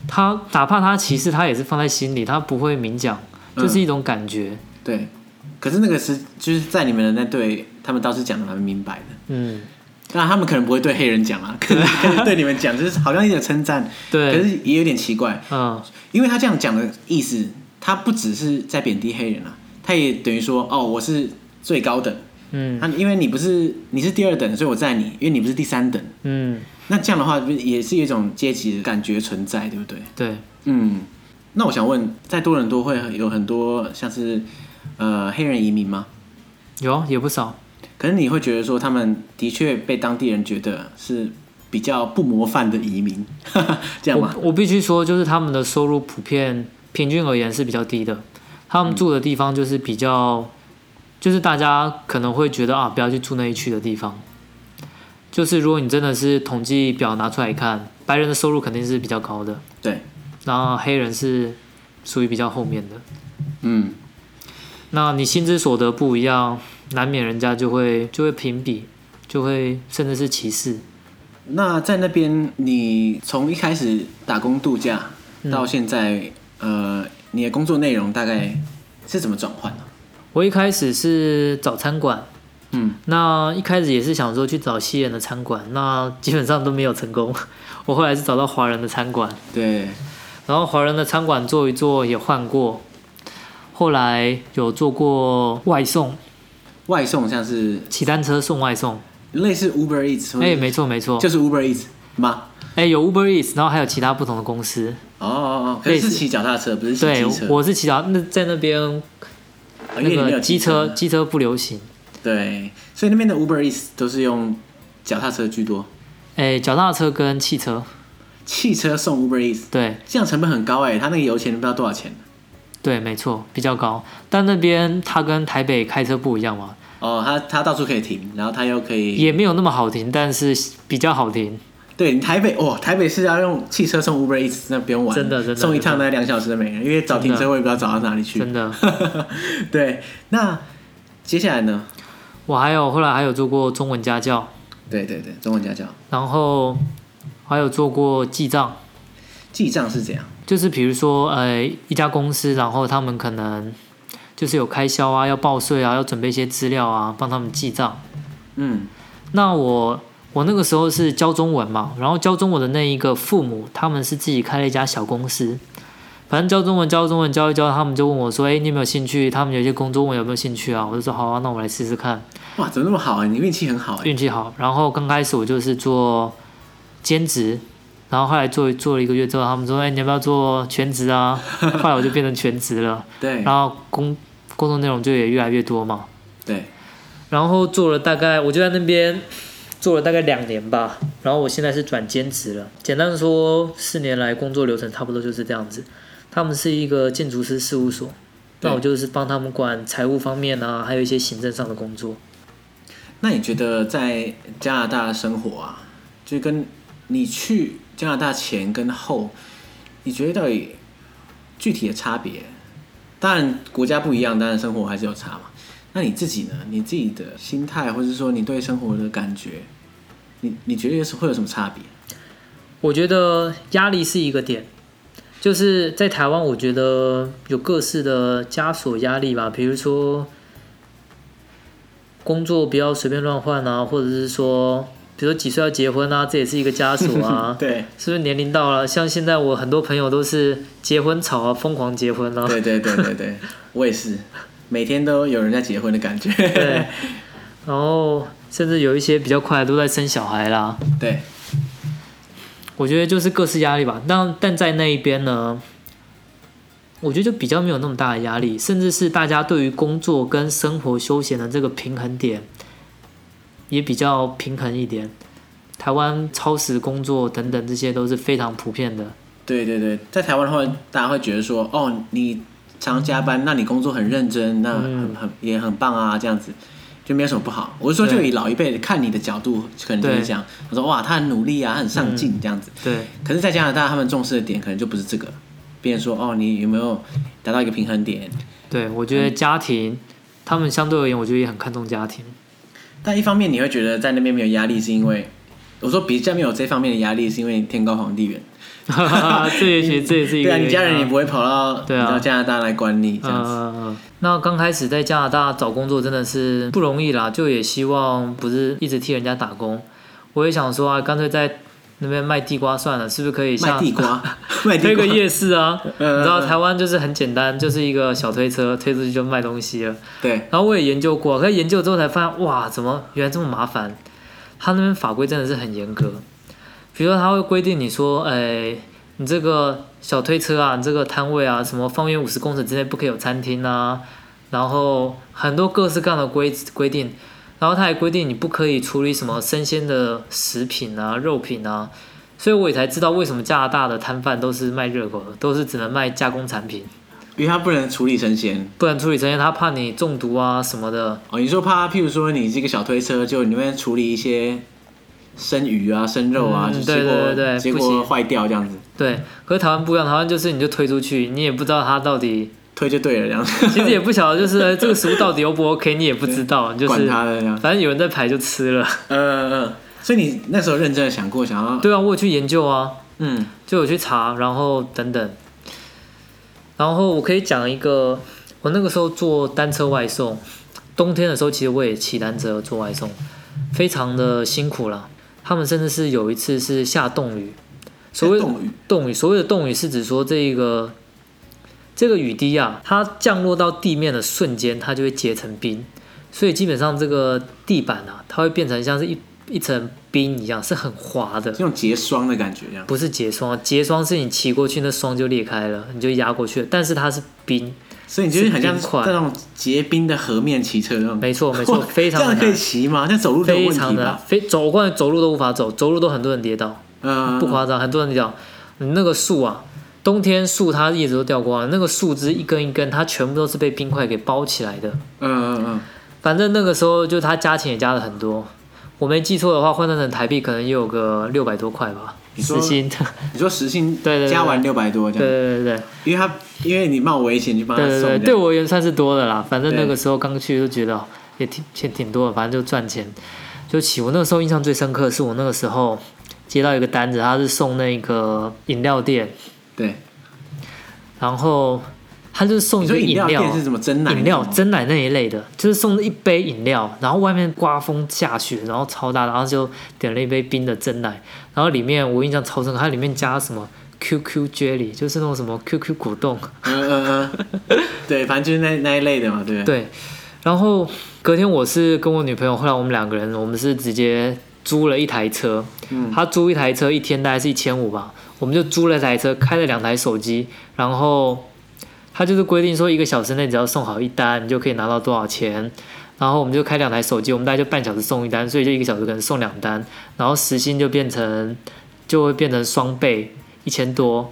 B: 他哪怕他歧视，他也是放在心里，他不会明讲，
A: 嗯
B: 就是一种感觉。
A: 对。可是那个是就是在你们的那队，他们倒是讲的蛮明白的。
B: 嗯，
A: 当然，他们可能不会对黑人讲 啊，可是可是对你们讲，就是好像有点称赞，可
B: 对，
A: 是也有点奇怪，
B: 嗯，
A: 因为他这样讲的意思，他不只是在贬低黑人啊，他也等于说，哦，我是最高等，
B: 嗯，
A: 他因为你不是你是第二等，所以我在你，因为你不是第三等，
B: 嗯，
A: 那这样的话，不是也是一种阶级的感觉存在，对不对？
B: 对，
A: 嗯，那我想问，在多伦多会有很多像是呃黑人移民吗？
B: 有也不少。
A: 可是你会觉得说，他们的确被当地人觉得是比较不模范的移民， 这样吗？
B: 我我必须说，就是他们的收入普遍平均而言是比较低的，他们住的地方就是比较，就是大家可能会觉得啊，不要去住那一区的地方。就是如果你真的是统计表拿出来看，白人的收入肯定是比较高的，
A: 对，
B: 然后黑人是属于比较后面的。
A: 嗯，
B: 那你薪资所得不一样，难免人家就会就会评比，就会甚至是歧视。
A: 那在那边，你从一开始打工度假到现在，呃，你的工作内容大概是怎么转换呢？
B: 我一开始是找餐馆，
A: 嗯，
B: 那一开始也是想说去找西人的餐馆，那基本上都没有成功。 我后来是找到华人的餐馆，
A: 对，
B: 然后华人的餐馆做一做也换过，后来有做过外送，
A: 外送像是
B: 骑单车送外送。
A: 类似 Uber Eats，或者
B: 哎、没错没错，
A: 嗯就是 Uber Eats 吗？
B: 哎、有 Uber Eats，然后还有其他不同的公司。
A: 哦哦哦，可是
B: 类
A: 是
B: 似
A: 骑脚踏车，不是骑
B: 对
A: 机车，，
B: 我是骑到那在那边
A: 哦因
B: 那
A: 为你没有
B: 个机车
A: 车。
B: 机车不流行，
A: 对，所以那边的 Uber Eats 都是用脚踏车居多，
B: 哎、脚踏车跟汽车，
A: 汽车送 Uber Eats，
B: 对
A: 这样成本很高哎，他那个油钱不知道多少钱。
B: 对，没错，比较高。但那边它跟台北开车不一样嘛，
A: 哦，他他到处可以停，然后他又可以
B: 也没有那么好停，但是比较好停。
A: 对你台北哦，台北是要用汽车送 Uber Eats，那不用玩，
B: 真的真的
A: 送一趟大概两小时的没了，因为找停车位不知道找到哪里去。
B: 真的
A: 对，那接下来呢？
B: 我还有后来还有做过中文家教，
A: 对对对，中文家教
B: 然后还有做过记账，
A: 记账是怎样？
B: 就是比如说呃一家公司，然后他们可能就是有开销啊，要报税啊，要准备一些资料啊，帮他们记账。
A: 嗯，
B: 那我我那个时候是教中文嘛，然后教中文的那一个父母，他们是自己开了一家小公司，反正教中文教中文教一教，他们就问我说：“哎，你有没有兴趣？”他们有一些工作问我有没有兴趣啊，我就说：“好啊，那我来试试看。
A: 哇，怎么那么好啊？你运气很好”哎。
B: 运气好，然后刚开始我就是做兼职。然后后来做做了一个月之后，他们说：“哎，你要不要做全职啊？”后来我就变成全职了，
A: 对
B: 然后工工作内容就也越来越多嘛。
A: 对，
B: 然后做了大概，我就在那边做了大概两年吧。然后我现在是转兼职了。简单说，四年来工作流程差不多就是这样子。他们是一个建筑师事务所，
A: 对
B: 那我就是帮他们管财务方面啊，还有一些行政上的工作。
A: 那你觉得在加拿大生活啊，就跟你去加拿大前跟后，你觉得到底具体的差别？当然国家不一样，当然生活还是有差嘛。那你自己呢？你自己的心态，或者说你对生活的感觉，你你觉得是会有什么差别？
B: 我觉得压力是一个点，就是在台湾，我觉得有各式的枷锁压力吧，比如说工作不要随便乱换啊，或者是说，比如说几岁要结婚啊，这也是一个枷 锁啊。
A: 对
B: 是不是年龄到了？像现在我很多朋友都是结婚潮啊，疯狂结婚啊。
A: 对对对对对，我也是，每天都有人在结婚的感觉。
B: 对然后甚至有一些比较快的都在生小孩啦。
A: 对
B: 我觉得就是各式压力吧。但但在那一边呢，我觉得就比较没有那么大的压力，甚至是大家对于工作跟生活休闲的这个平衡点也比较平衡一点。台湾超时工作等等，这些都是非常普遍的。
A: 对对对，在台湾的话，大家会觉得说，哦，你常加班，那你工作很认真，那很很也很棒啊，这样子就没有什么不好。我是说，
B: 对
A: 就以老一辈看你的角度，可能就是这样。我说哇，他很努力啊，他很上进这样子。
B: 对，
A: 可是，在加拿大，他们重视的点可能就不是这个。别人说哦，你有没有达到一个平衡点？
B: 对我
A: 嗯
B: 觉得家庭，他们相对而言，我觉得也很看重家庭。
A: 但一方面你会觉得在那边没有压力，是因为我说比较没有这方面的压力，是因为你天高皇帝远。
B: 哈哈哈，这也许这也是一个
A: 对啊，
B: 原因、
A: 你家人也不会跑到
B: 对啊
A: 你到加拿大来管你这
B: 嗯
A: 样
B: 嗯
A: 子。
B: 嗯嗯那刚开始在加拿大找工作真的是不容易啦，就也希望不是一直替人家打工。我也想说啊，干脆在那边卖地瓜算了，是不是可以
A: 卖
B: 像
A: 地瓜， 卖地
B: 推
A: 瓜
B: 个。夜市 啊？你
A: 嗯
B: 知道台湾就是很简单，就是一个小推车推出去就卖东西了。
A: 对，
B: 然后我也研究过，可是研究之后才发现，哇，怎么原来这么麻烦？他那边法规真的是很严格，比如说他会规定你说，哎，你这个小推车啊，你这个摊位啊，什么方圆五十公尺之内不可以有餐厅啊，然后很多各式各样的规规定。然后他还规定你不可以处理什么生鲜的食品啊、肉品啊，所以我也才知道为什么加拿大的摊贩都是卖热狗的，都是只能卖加工产品，
A: 因为它不能处理生鲜。
B: 不能处理生鲜，他怕你中毒啊什么的。
A: 哦，你说怕，譬如说你这个小推车，就你那边处理一些生鱼啊、生肉啊，
B: 嗯
A: 就结果
B: 对对对对
A: 结
B: 不
A: 果
B: 行
A: 坏掉这样子，
B: 对，可是台湾不一样，台湾就是你就推出去，你也不知道它到底，
A: 推就对了这样子，
B: 其实也不晓得就是呃这个食物到底 O 不 OK，你也不知道，就
A: 管
B: 是
A: 它的这样。
B: 反正有人在排就吃了。
A: 嗯嗯嗯。所以你那时候认真的想过想要，
B: 对啊，我有去研究啊，
A: 嗯，
B: 就有去查，然后等等，然后我可以讲一个，我那个时候做单车外送，冬天的时候其实我也骑单车做外送，非常的辛苦啦。他们甚至是有一次是下冻雨，所谓
A: 动物
B: 冻雨，所谓的冻雨是指说这个这个雨滴啊，它降落到地面的瞬间，它就会结成冰，所以基本上这个地板啊，它会变成像是一一层冰一样，是很滑的
A: 这。种结霜的感觉这样。
B: 不是结霜，啊结霜是你骑过去那霜就裂开了，你就压过去了，但是它是冰，
A: 所以你就是很像
B: 是冰块
A: 在那种结冰的河面骑车那种。
B: 没错没 错
A: 哇
B: 非常
A: 这
B: 的
A: 样可以
B: 难
A: 骑吗？那走路都有
B: 非
A: 问
B: 常
A: 题
B: 的
A: 吧？
B: 非走过来走路都无法走，走路都很多人跌倒，
A: 嗯，
B: 不夸张，很多人跌倒。你那个树啊，冬天树它叶子都掉光了，那个树枝一根一根，它全部都是被冰块给包起来的。
A: 嗯嗯嗯，
B: 反正那个时候就他加钱也加了很多，我没记错的话，换算成台币可能也有个六百多块吧，
A: 你说
B: 时薪。
A: 你说时薪
B: 对对对
A: 加完六百多这
B: 对
A: 样，
B: 对对对。
A: 因为他因为你冒危险去帮他
B: 对对
A: 啊送这样，
B: 对，对我而言算是多的啦。反正
A: 对
B: 那个时候刚去就觉得哦也挺挺挺多的，反正就赚钱就起。我那个时候印象最深刻的是我那个时候接到一个单子，他是送那个饮料店，
A: 对，
B: 然后他就是送
A: 你
B: 一
A: 说
B: 个
A: 饮
B: 饮
A: 料
B: 料
A: 店。是什么真奶那种吗？
B: 饮料、真奶那一类的，就是送一杯饮料，然后外面刮风下雪，然后超大，然后就点了一杯冰的真奶，然后里面我印象超深刻，它里面加什么 QQ jelly，就是那种什么 QQ 果冻，
A: 嗯嗯嗯嗯，对，反正就是那那一类的嘛，对不对？
B: 对，然后隔天我是跟我女朋友，后来我们两个人，我们是直接租了一台车，
A: 嗯
B: 她租一台车一天大概是一千五吧，我们就租了一台车，开了两台手机，然后他就是规定说一个小时内只要送好一单，你就可以拿到多少钱。然后我们就开两台手机，我们大概就半小时送一单，所以就一个小时可能送两单，然后时薪就变成就会变成双倍，一千多。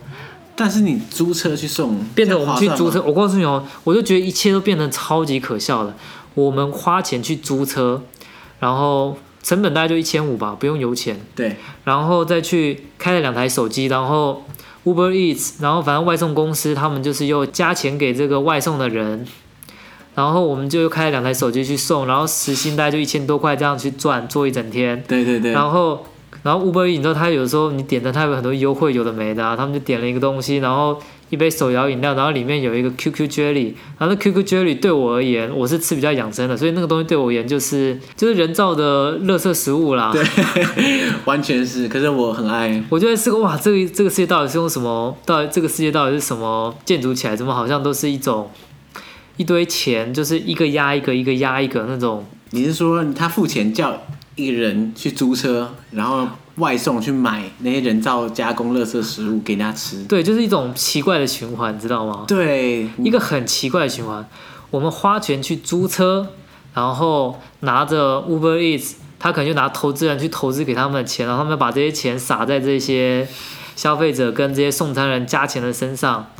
A: 但是你租车去送，
B: 变成
A: 这
B: 我
A: 样
B: 们
A: 划
B: 去
A: 算吗
B: 租车，我告诉你哦，我就觉得一切都变得超级可笑了。我们花钱去租车，然后成本大概就一千五吧，不用油钱，
A: 对，
B: 然后再去开了两台手机，然后 Uber Eats，然后反正外送公司他们就是又加钱给这个外送的人，然后我们就又开了两台手机去送，然后时薪大概就一千多块这样去赚，做一整天。
A: 对对对，
B: 然后然后 Uber Eats，你知道它有时候你点的它有很多优惠，有的没的、啊，他们就点了一个东西，然后一杯手摇饮料，然后里面有一个 QQ Jelly，然后那 QQ Jelly 对我而言，我是吃比较养生的，所以那个东西对我而言就是就是人造的垃圾食物啦。
A: 对，完全是。可是我很爱，
B: 我觉得是个哇，这个这个世界到底是用什么？到底这个世界到底是什么建筑起来？怎么好像都是一种一堆钱，就是一个压一个，一个压一个那种。
A: 你是说他付钱叫一个人去租车，然后外送去买那些人造加工垃圾食物给人家吃？
B: 对，就是一种奇怪的循环，你知道吗？
A: 对，
B: 一个很奇怪的循环。我们花钱去租车，然后拿着 Uber Eats，他可能就拿投资人去投资给他们的钱，然后他们把这些钱撒在这些消费者跟这些送餐人加钱的身上。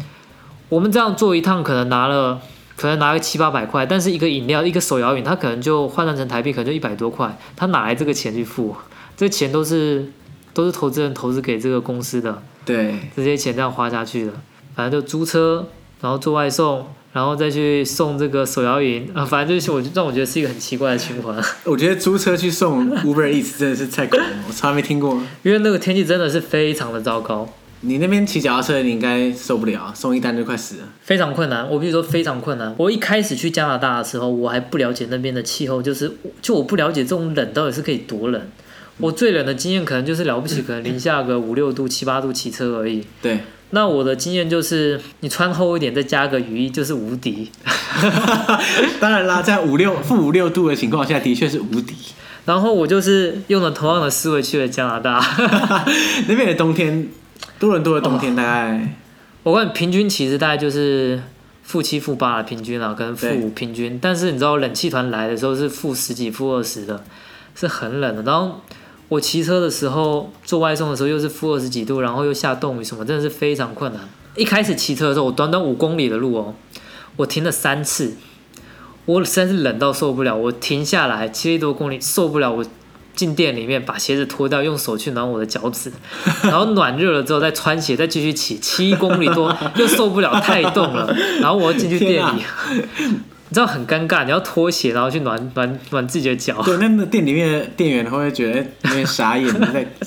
B: 我们这样做一趟，可能拿了。可能拿个七八百块，但是一个饮料，一个手摇饮，他可能就换算成台币，可能就一百多块。他哪来这个钱去付？这钱都是都是投资人投资给这个公司的。
A: 对，
B: 这些钱这样花下去了。反正就租车，然后做外送，然后再去送这个手摇饮，啊，反正就是我让我觉得是一个很奇怪的循环。啊
A: 我觉得租车去送 Uber Eats 真的是太狂了，我从来没听过。
B: 因为那个天气真的是非常的糟糕，
A: 你那边骑脚踏车，你应该受不了，送一单就快死了。
B: 非常困难。我必须说非常困难。我一开始去加拿大的时候，我还不了解那边的气候，就是就我不了解这种冷到底是可以多冷。我最冷的经验可能就是了不起，可能零下个五六度、七八度骑车而已。
A: 对，
B: 那我的经验就是，你穿厚一点，再加个雨衣，就是无敌。
A: 当然啦，在五六负五六度的情况下，的确是无敌。
B: 然后我就是用了同样的思维去了加拿大。
A: 那边的
B: 哦
A: 冬天，多伦多的冬天大概
B: 我看平均其实大概就是负七、负八了，平均啊，跟负
A: 对
B: 五平均。但是你知道冷气团来的时候是负十几、负二十的，是很冷的。然后我骑车的时候，做外送的时候又是负二十几度，然后又下冻雨什么，真的是非常困难。一开始骑车的时候，我短短五公里的路哦，我停了三次，我实在是冷到受不了，我停下来七十多公里受不了，我进店里面把鞋子脱掉，用手去暖我的脚趾， 然后暖热了之后再穿鞋，再继续骑七公里多，又受不了太冻了，然后我又进去店
A: 天
B: 里，你知道很尴尬，你要脱鞋然后去暖暖暖自己的脚。
A: 对，那那店里面的店员会不会觉得有点傻眼？你在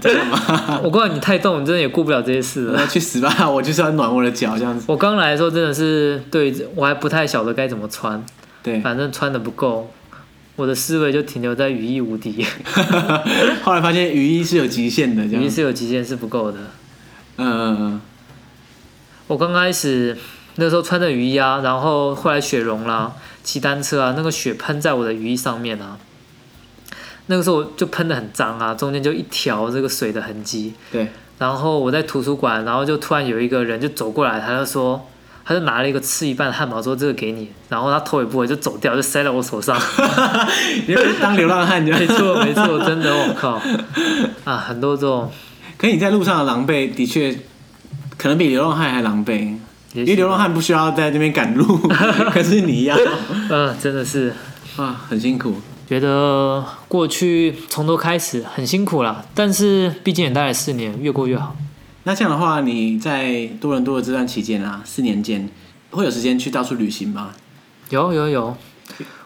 A: 在干嘛？
B: 我告诉你，太冻，你真的也顾不了这些事了。
A: 那去死吧！我就是要暖我的脚这样子。
B: 我刚来的时候真的是对我还不太晓得该怎么穿，
A: 对，
B: 反正穿的不够，我的思维就停留在羽翼无敌，
A: 后来发现雨衣是有极限的，这
B: 羽
A: 样
B: 翼
A: 子。
B: 是有极限是不够的。
A: 嗯嗯嗯，
B: 我刚开始那时候穿着雨衣啊，然后后来雪融啦、骑单车啊，那个雪喷在我的雨衣上面啊，那个时候我就喷的很脏啊，中间就一条这个水的痕迹。
A: 对，
B: 然后我在图书馆，然后就突然有一个人就走过来，他就说，他就拿了一个吃一半的汉堡说这个给你，然后他头也不回就走掉，就塞到我手上。
A: 你就当流浪汉这
B: 没
A: 样。
B: 错没错，真的我靠啊，很多这种，
A: 可你在路上的狼狈，的确可能比流浪汉还狼狈，
B: 也
A: 因
B: 许
A: 为流浪汉不需要在那边赶 路，可是你要
B: 嗯、真的是
A: 啊，很辛苦。
B: 觉得过去从头开始很辛苦啦，但是毕竟也待了四年，越过越好。
A: 那这样的话，你在多伦多的这段期间啊，四年间，会有时间去到处旅行吗？
B: 有有有，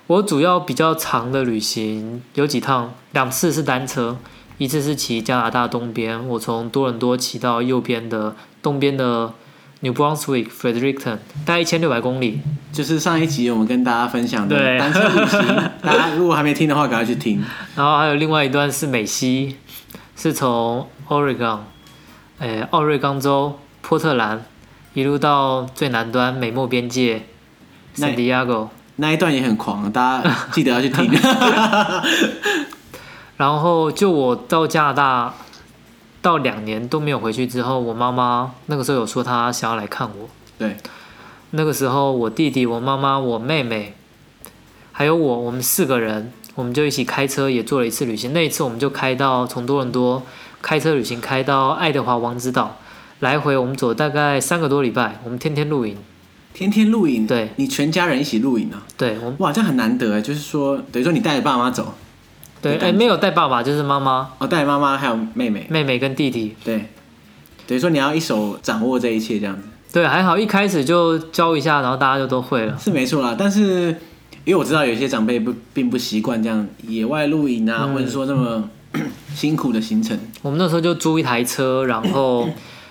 B: 我主要比较长的旅行有几趟，两次是单车，一次是骑加拿大东边，我从多伦多骑到右边的东边的 New Brunswick Fredericton，大概一千六百公里。
A: 就是上一集我们跟大家分享
B: 对
A: 的单车 旅行，大家如果还没听的话，赶快去听。
B: 然后还有另外一段是美西，是从 Oregon，诶，呃奥瑞冈州波特兰，一路到最南端美墨边界
A: 那
B: San Diego，
A: 那一段也很狂，啊大家记得要去 听。
B: 然后就我到加拿大到两年都没有回去之后，我妈妈那个时候有说她想要来看我。
A: 对，
B: 那个时候我弟弟、我妈妈、我妹妹，还有我，我们四个人，我们就一起开车也做了一次旅行。那一次我们就开到从多伦多开车旅行开到爱德华王子岛，来回我们走大概三个多礼拜，我们天天露营。
A: 天天露营，
B: 对
A: 你全家人一起露营啊，
B: 对，我们
A: 哇，这样很难得哎，就是说，等于说你带着爸妈走，
B: 对
A: 你敢
B: 哎没有带爸爸，就是妈妈、
A: 哦，带着妈妈还有妹妹，
B: 妹妹跟弟弟。
A: 对，等于说你要一手掌握这一切这样子，
B: 对，还好一开始就教一下，然后大家就都会了。
A: 是没错啦。但是因为我知道有些长辈不并不习惯这样野外露营啊，
B: 嗯
A: 或者说这么 辛苦的行程，
B: 我们那时候就租一台车，然后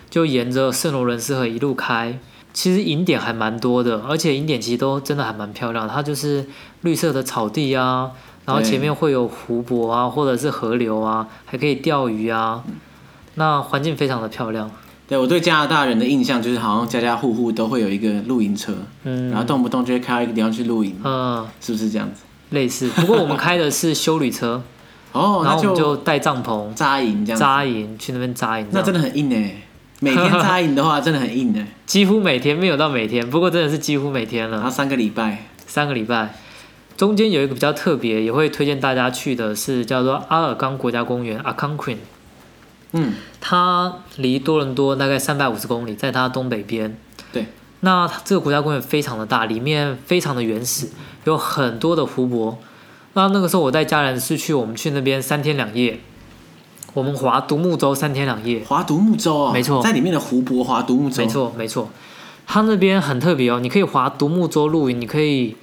B: 就沿着圣罗伦斯河一路开。其实景点还蛮多的，而且景点其实都真的还蛮漂亮的。它就是绿色的草地啊，然后
A: 对
B: 前面会有湖泊啊，或者是河流啊，还可以钓鱼啊。
A: 嗯
B: 那环境非常的漂亮，
A: 对我对加拿大人的印象就是好像家家户户都会有一个露营车，
B: 嗯
A: 然后动不动就会开到一个地方去露营，
B: 嗯，
A: 是不是这样子？
B: 类似。不过我们开的是修旅车，
A: 哦，
B: 然
A: 那
B: 后我们
A: 就
B: 就带帐篷、
A: 扎营这样子，
B: 扎营去那边扎营这
A: 那
B: 样，
A: 真的很硬哎。每天扎营的话，真的很硬 哎。
B: 几乎每天没有到每天，不过真的是几乎每天了
A: 然。后三个礼拜，
B: 三个礼拜。中间有一个比较特别，也会推荐大家去的是叫做阿尔冈国家公园 a c o n q u i n
A: 嗯，
B: 它离多伦多大概三百五十公里，在它东北边。
A: 对，
B: 那这个国家公园非常的大，里面非常的原始，有很多的湖泊。那那个时候我带家人是去，我们去那边三天两夜，我们划独木舟三天两夜。
A: 划独木舟哦，
B: 没错
A: 在里面的湖泊划独木舟，
B: 没错，没错，它那边很特别哦，你可以划独木舟露营，你可以，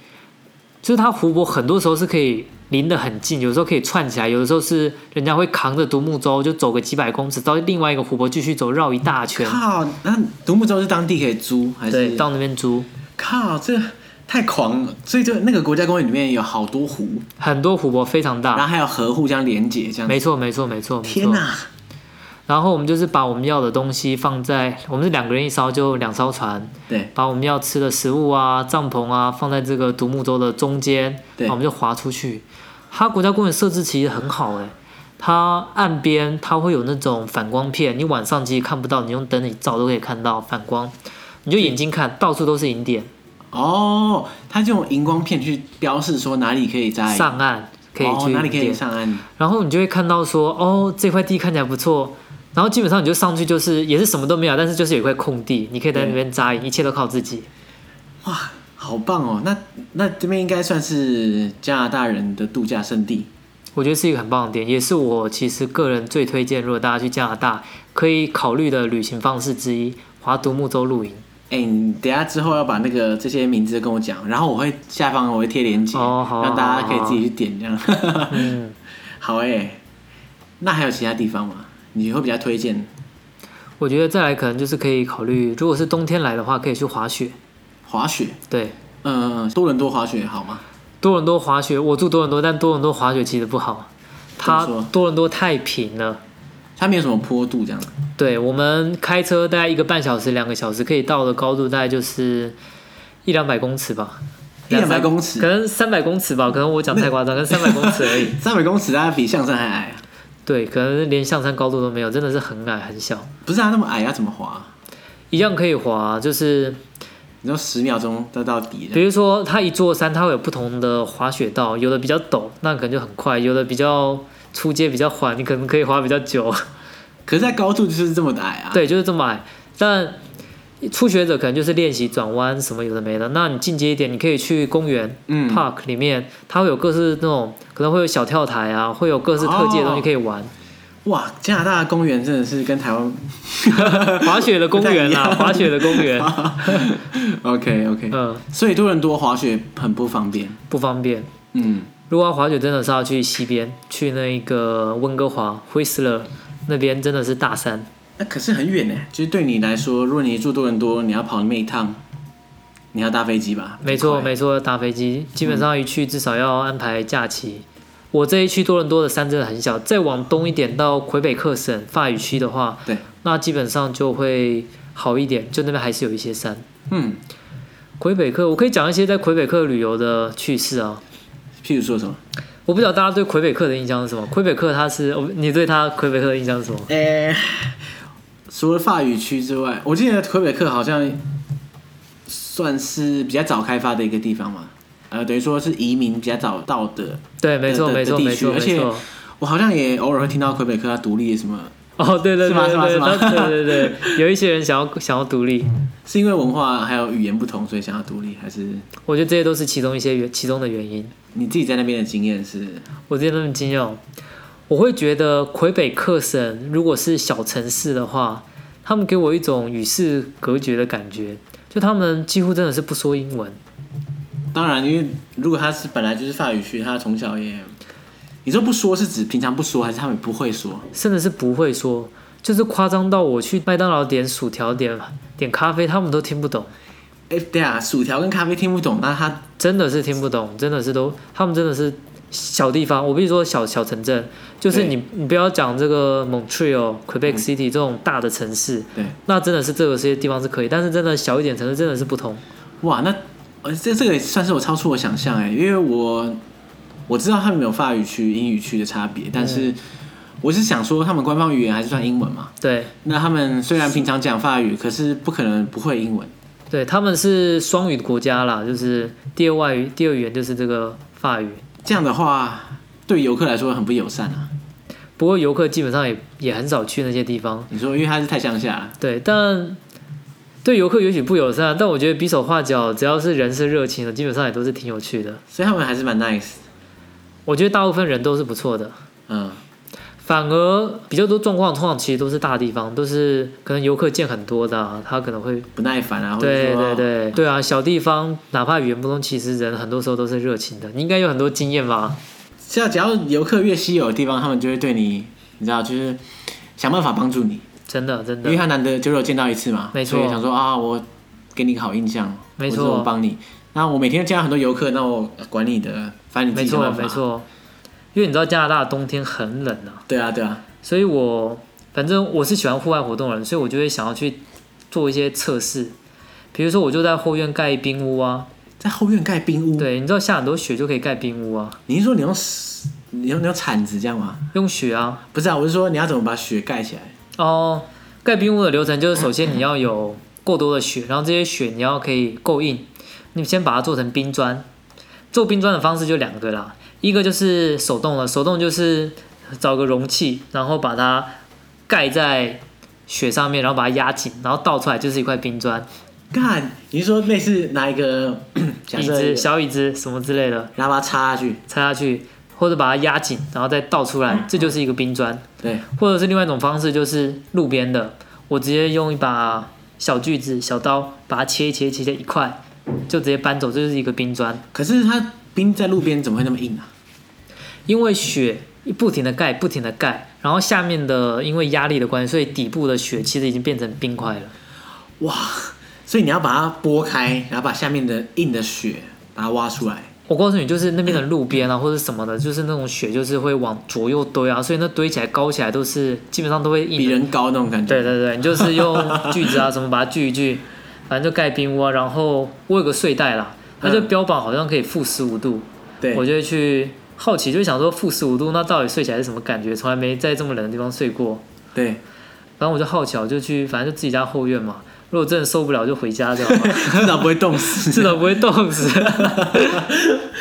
B: 就是它湖泊很多时候是可以离得很近，有时候可以串起来，有的时候是人家会扛着独木舟就走个几百公尺到另外一个湖泊继续走绕一大圈，
A: 靠，那独木舟是当地可以租还
B: 对，
A: 是？
B: 到那边租
A: 靠，这太狂了！所以就那个国家公园里面有好多湖，
B: 很多湖泊非常
A: 然后
B: 大，
A: 还有河互相连接，这样子。
B: 啊没错，没错，没错，没
A: 天
B: 错。
A: 哪！
B: 然后我们就是把我们要的东西放在，我们是两个人一艘，就两艘船，
A: 对
B: 把我们要吃的食物啊、帐篷啊放在这个独木舟的中间，
A: 对
B: 然后我们就划出去。它国家公园设置其实很好哎、它岸边它会有那种反光片，你晚上其实看不到，你用灯一照都可以看到反光，你就眼睛看，到处都是影点。
A: 哦，他就用荧光片去标示说哪里可以在
B: 上岸可以去、
A: 哎哦、哪里可以，上岸，
B: 然后你就会看到说，哦，这块地看起来不错，然后基本上你就上去就是也是什么都没有，但是就是有一块空地，你可以在那边扎营，一切都靠自己。
A: 哇，好棒哦！那那这边应该算是加拿大人的度假胜地。
B: 我觉得是一个很棒的点，也是我其实个人最推荐，如果大家去加拿大可以考虑的旅行方式之一——划独木舟露营。
A: 哎、你等一下之后要把那个这些名字跟我讲，然后我会下方我会贴链接，
B: 哦好啊
A: 让大家可
B: 好
A: 以
B: 啊
A: 自己去点这样。
B: 嗯，
A: 好哎、那还有其他地方吗？你会比较推荐
B: 我觉得再来可能就是可以考虑，如果是冬天来的话，可以去滑雪。
A: 滑雪？
B: 对，
A: 嗯、多伦多滑雪好吗？
B: 多伦多滑雪，我住多伦多，但多伦多滑雪其实不好，它
A: 怎么说
B: 多伦多太平了。
A: 它没有什么坡度这样。
B: 对我们开车大概一个半小时、两个小时可以到的高度，大概就是一两百公尺吧，
A: 一两百
B: 三
A: 公尺
B: 可能三百公尺吧，可能我讲太夸张，可能三百公尺而已。
A: 三百公尺，它比象山还矮、啊。
B: 对，可能连象山高度都没有，真的是很矮很小，
A: 不是它那么矮，要怎么滑、啊
B: 一样可以滑。就是
A: 你说十秒钟都到底了，
B: 比如说，它一座山，它会有不同的滑雪道，有的比较陡，那可能就很快；有的比较出街比较缓，你可能可以滑比较久。
A: 啊可是，在高度就是这么的矮啊。，
B: 对，就是这么矮。但初学者可能就是练习转弯什么有的没的。那你进阶一点，你可以去公园、
A: 嗯
B: park 里面，它会有各式那种，可能会有小跳台啊，会有各式特技的东
A: 哦
B: 西可以玩。
A: 哇，加拿大的公园真的是跟台 湾
B: 滑雪的公园
A: 不太
B: 啊，
A: 一样
B: 滑雪的公园，
A: OK OK，
B: 嗯，
A: 所以多伦多滑雪很不方便。
B: 不方便。
A: 嗯，
B: 如果要滑雪，真的是要去西边，去那个温哥华 Whistler 那边，真的是大山。
A: 那可是很远呢。就是对你来说，如果你住多伦多，你要跑那么一趟，你要搭飞机吧？
B: 没错，
A: 很快嗯
B: 没错，搭飞机基本上一去至少要安排假期。我这一区多伦多的山真的很小，再往东一点到魁北克省法语区的话，
A: 对，
B: 那基本上就会好一点，就那边还是有一些山。
A: 嗯，
B: 魁北克，我可以讲一些在魁北克旅游的趣事啊。
A: 譬如说什么？
B: 我不知道大家对魁北克的印象是什么？魁北克它是，哦你对它魁北克的印象是什么？
A: 呃，除了法语区之外，我记得魁北克好像算是比较早开发的一个地方嘛。呃，等于说是移民比较早到的。
B: 对，没错，
A: 的的
B: 没错，
A: 呃地区
B: 没错，
A: 而
B: 没
A: 且
B: 错。
A: 我好像也偶尔会听到魁北克它独立什么，
B: 哦，对对
A: 是
B: 对
A: 吗
B: 对
A: 是
B: 对
A: 吗是吗嗯
B: 对对对， 有一些人想要想要独立，
A: 是因为文化还有语言不同，所以想要独立，还是
B: 我觉得这些都是其中一些原其中的原因。
A: 你自己在那边的经验是？
B: 我之前那么惊讶，我会觉得魁北克省如果是小城市的话，他们给我一种与世隔绝的感觉，就他们几乎真的是不说英文。
A: 当然，因为如果他是本来就是法语区，他从小也，你说不说是指平常不说，还是他们不会说？
B: 甚至是不会说，就是夸张到我去麦当劳点薯条、点点咖啡，他们都听不懂，
A: 哎，对啊，薯条跟咖啡听不懂，那他
B: 真的是听不懂，真的是都，他们真的是小地方，我必须说小小城镇，就是你你不要讲这个 Montreal、Quebec City 这种大的城市，
A: 对，
B: 那真的是这个些地方是可以，但是真的小一点城市真的是不同。
A: 哇，那呃，这这个也算是我超出我想象哎，因为我我知道他们有法语区、英语区的差别，但
B: 嗯
A: 是我是想说，他们官方语言还是算英文嘛？
B: 对，
A: 那他们虽然平常讲法语，可是不可能不会英文。
B: 对，他们是双语国家啦，就是第二外语、第二语言就是这个法语。
A: 这样的话，对游客来说很不友善啊。
B: 不过游客基本上也也很少去那些地方，
A: 你说，因为他是太乡下了，
B: 对，但对游客也许不友善，但我觉得比手画脚，只要是人是热情的，基本上也都是挺有趣的。
A: 所以他们还是蛮 nice 的。
B: 我觉得大部分人都是不错的，
A: 嗯，
B: 反而比较多状况，通常其实都是大地方，都是可能游客见很多的啊、他可能会
A: 不耐烦啊，或者
B: 对
A: 说
B: 对对对啊，小地方哪怕语言不通，其实人很多时候都是热情的。你应该有很多经验吧？
A: 只要只要游客越稀有的地方，他们就会对你，你知道，就是想办法帮助你，
B: 真的真
A: 因为
B: 的，
A: 他难得久久见到一次嘛，
B: 没错
A: 所以想说啊，我给你一个好印象，
B: 没
A: 我
B: 错
A: 怎么帮你。那我每天见到很多游客，那我管你的，反正你自
B: 没
A: 己想
B: 错
A: 办法。
B: 没错。因为你知道加拿大的冬天很冷啊，
A: 对啊对啊，
B: 所以我反正我是喜欢户外活动的人，所以我就会想要去做一些测试，比如说我就在后院盖冰屋啊，
A: 在后院盖冰屋，
B: 对，你知道下很多雪就可以盖冰屋啊，
A: 你是说你用你用你用铲子这样吗？
B: 用雪啊，
A: 不是啊，我是说你要怎么把雪盖起来？
B: 哦，盖冰屋的流程就是首先你要有够多的雪，然后这些雪你要可以够硬，你先把它做成冰砖。做冰砖的方式就两个啦，一个就是手动了，手动就是找个容器，然后把它盖在雪上面，然后把它压紧，然后倒出来就是一块冰砖。
A: 看，你是说类似拿一 个假
B: 椅
A: 设一
B: 子、
A: 个
B: 小椅子什么之类的，
A: 然后把它插下去，
B: 插下去，或者把它压紧，然后再倒出来，这就是一个冰砖。
A: 对，
B: 或者是另外一种方式，就是路边的，我直接用一把小锯子、小刀把它切一切，切成一块，就直接搬走，这就是一个冰砖。
A: 可是它冰在路边怎么会那么硬啊？
B: 因为雪不停的盖，不停的盖，然后下面的因为压力的关系，所以底部的雪其实已经变成冰块了。
A: 哇，所以你要把它剥开，然后把下面的硬的雪把它挖出来。
B: 我告诉你，就是那边的路边啊，或者什么的，就是那种雪，就是会往左右堆啊，所以那堆起来、高起来都是基本上都会
A: 比
B: 硬的。
A: 人高那种感觉。
B: 对对对，你就是用锯子啊什么把它锯一锯， 反正就盖冰屋啊。然后我有个睡袋啦，它就
A: 嗯
B: 标榜好像可以负十五度，
A: 对
B: 我就会去好奇，就想说负十五度那到底睡起来是什么感觉？从来没在这么冷的地方睡过。
A: 对
B: 然后我就好奇，我就去，反正就自己家后院嘛。如果真的受不了，就回家这样 嘛，
A: 至少不会冻 死。
B: 至少不会冻死，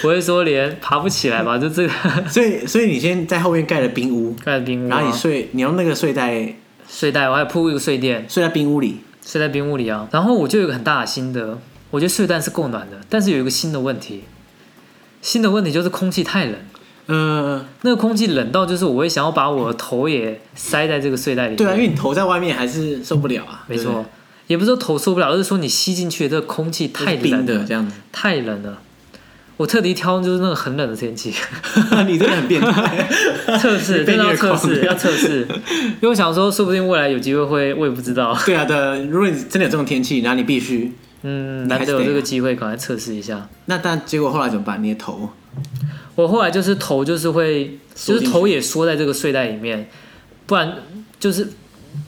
B: 不会说连爬不起来吧？就这个
A: 所以所以你先在后面盖了冰屋，
B: 盖冰屋、
A: 然后
B: 啊
A: 你，睡，你用那个睡袋
B: 睡袋，我还铺一个睡垫，
A: 睡在冰屋里。
B: 睡在冰屋里啊。然后我就有一个很大的心得，我觉得睡袋是够暖的，但是有一个新的问题，新的问题就是空气太冷，
A: 嗯，
B: 那个空气冷到就是我会想要把我的头也塞在这个睡袋里面。
A: 对啊，因为你头在外面还是受不了啊。
B: 没
A: 对不
B: 错，也不是说头受不了，而是说你吸进去的这个空气
A: 对，
B: 太
A: 就是冰
B: 冷
A: 的这样子。
B: 太冷了。我特地挑就是那个很冷的天 气
A: 你真的很变态。
B: 测试，
A: 被
B: 真的要
A: 虐
B: 测
A: 狂
B: 试，要测试，因为我想说，说不定未来有机会会，我也不知道。
A: 对啊，对啊，如果你真的有这种天气，然后你必须，
B: 嗯，
A: 你还
B: 难
A: 是
B: 得有
A: 得
B: 这个
A: 啊
B: 机会，赶快测试一下。
A: 那但结果后来怎么办？你的头
B: 我后来就是头就是会，
A: 缩
B: 就是
A: 进去
B: 头也缩在这个睡袋里面，不然就是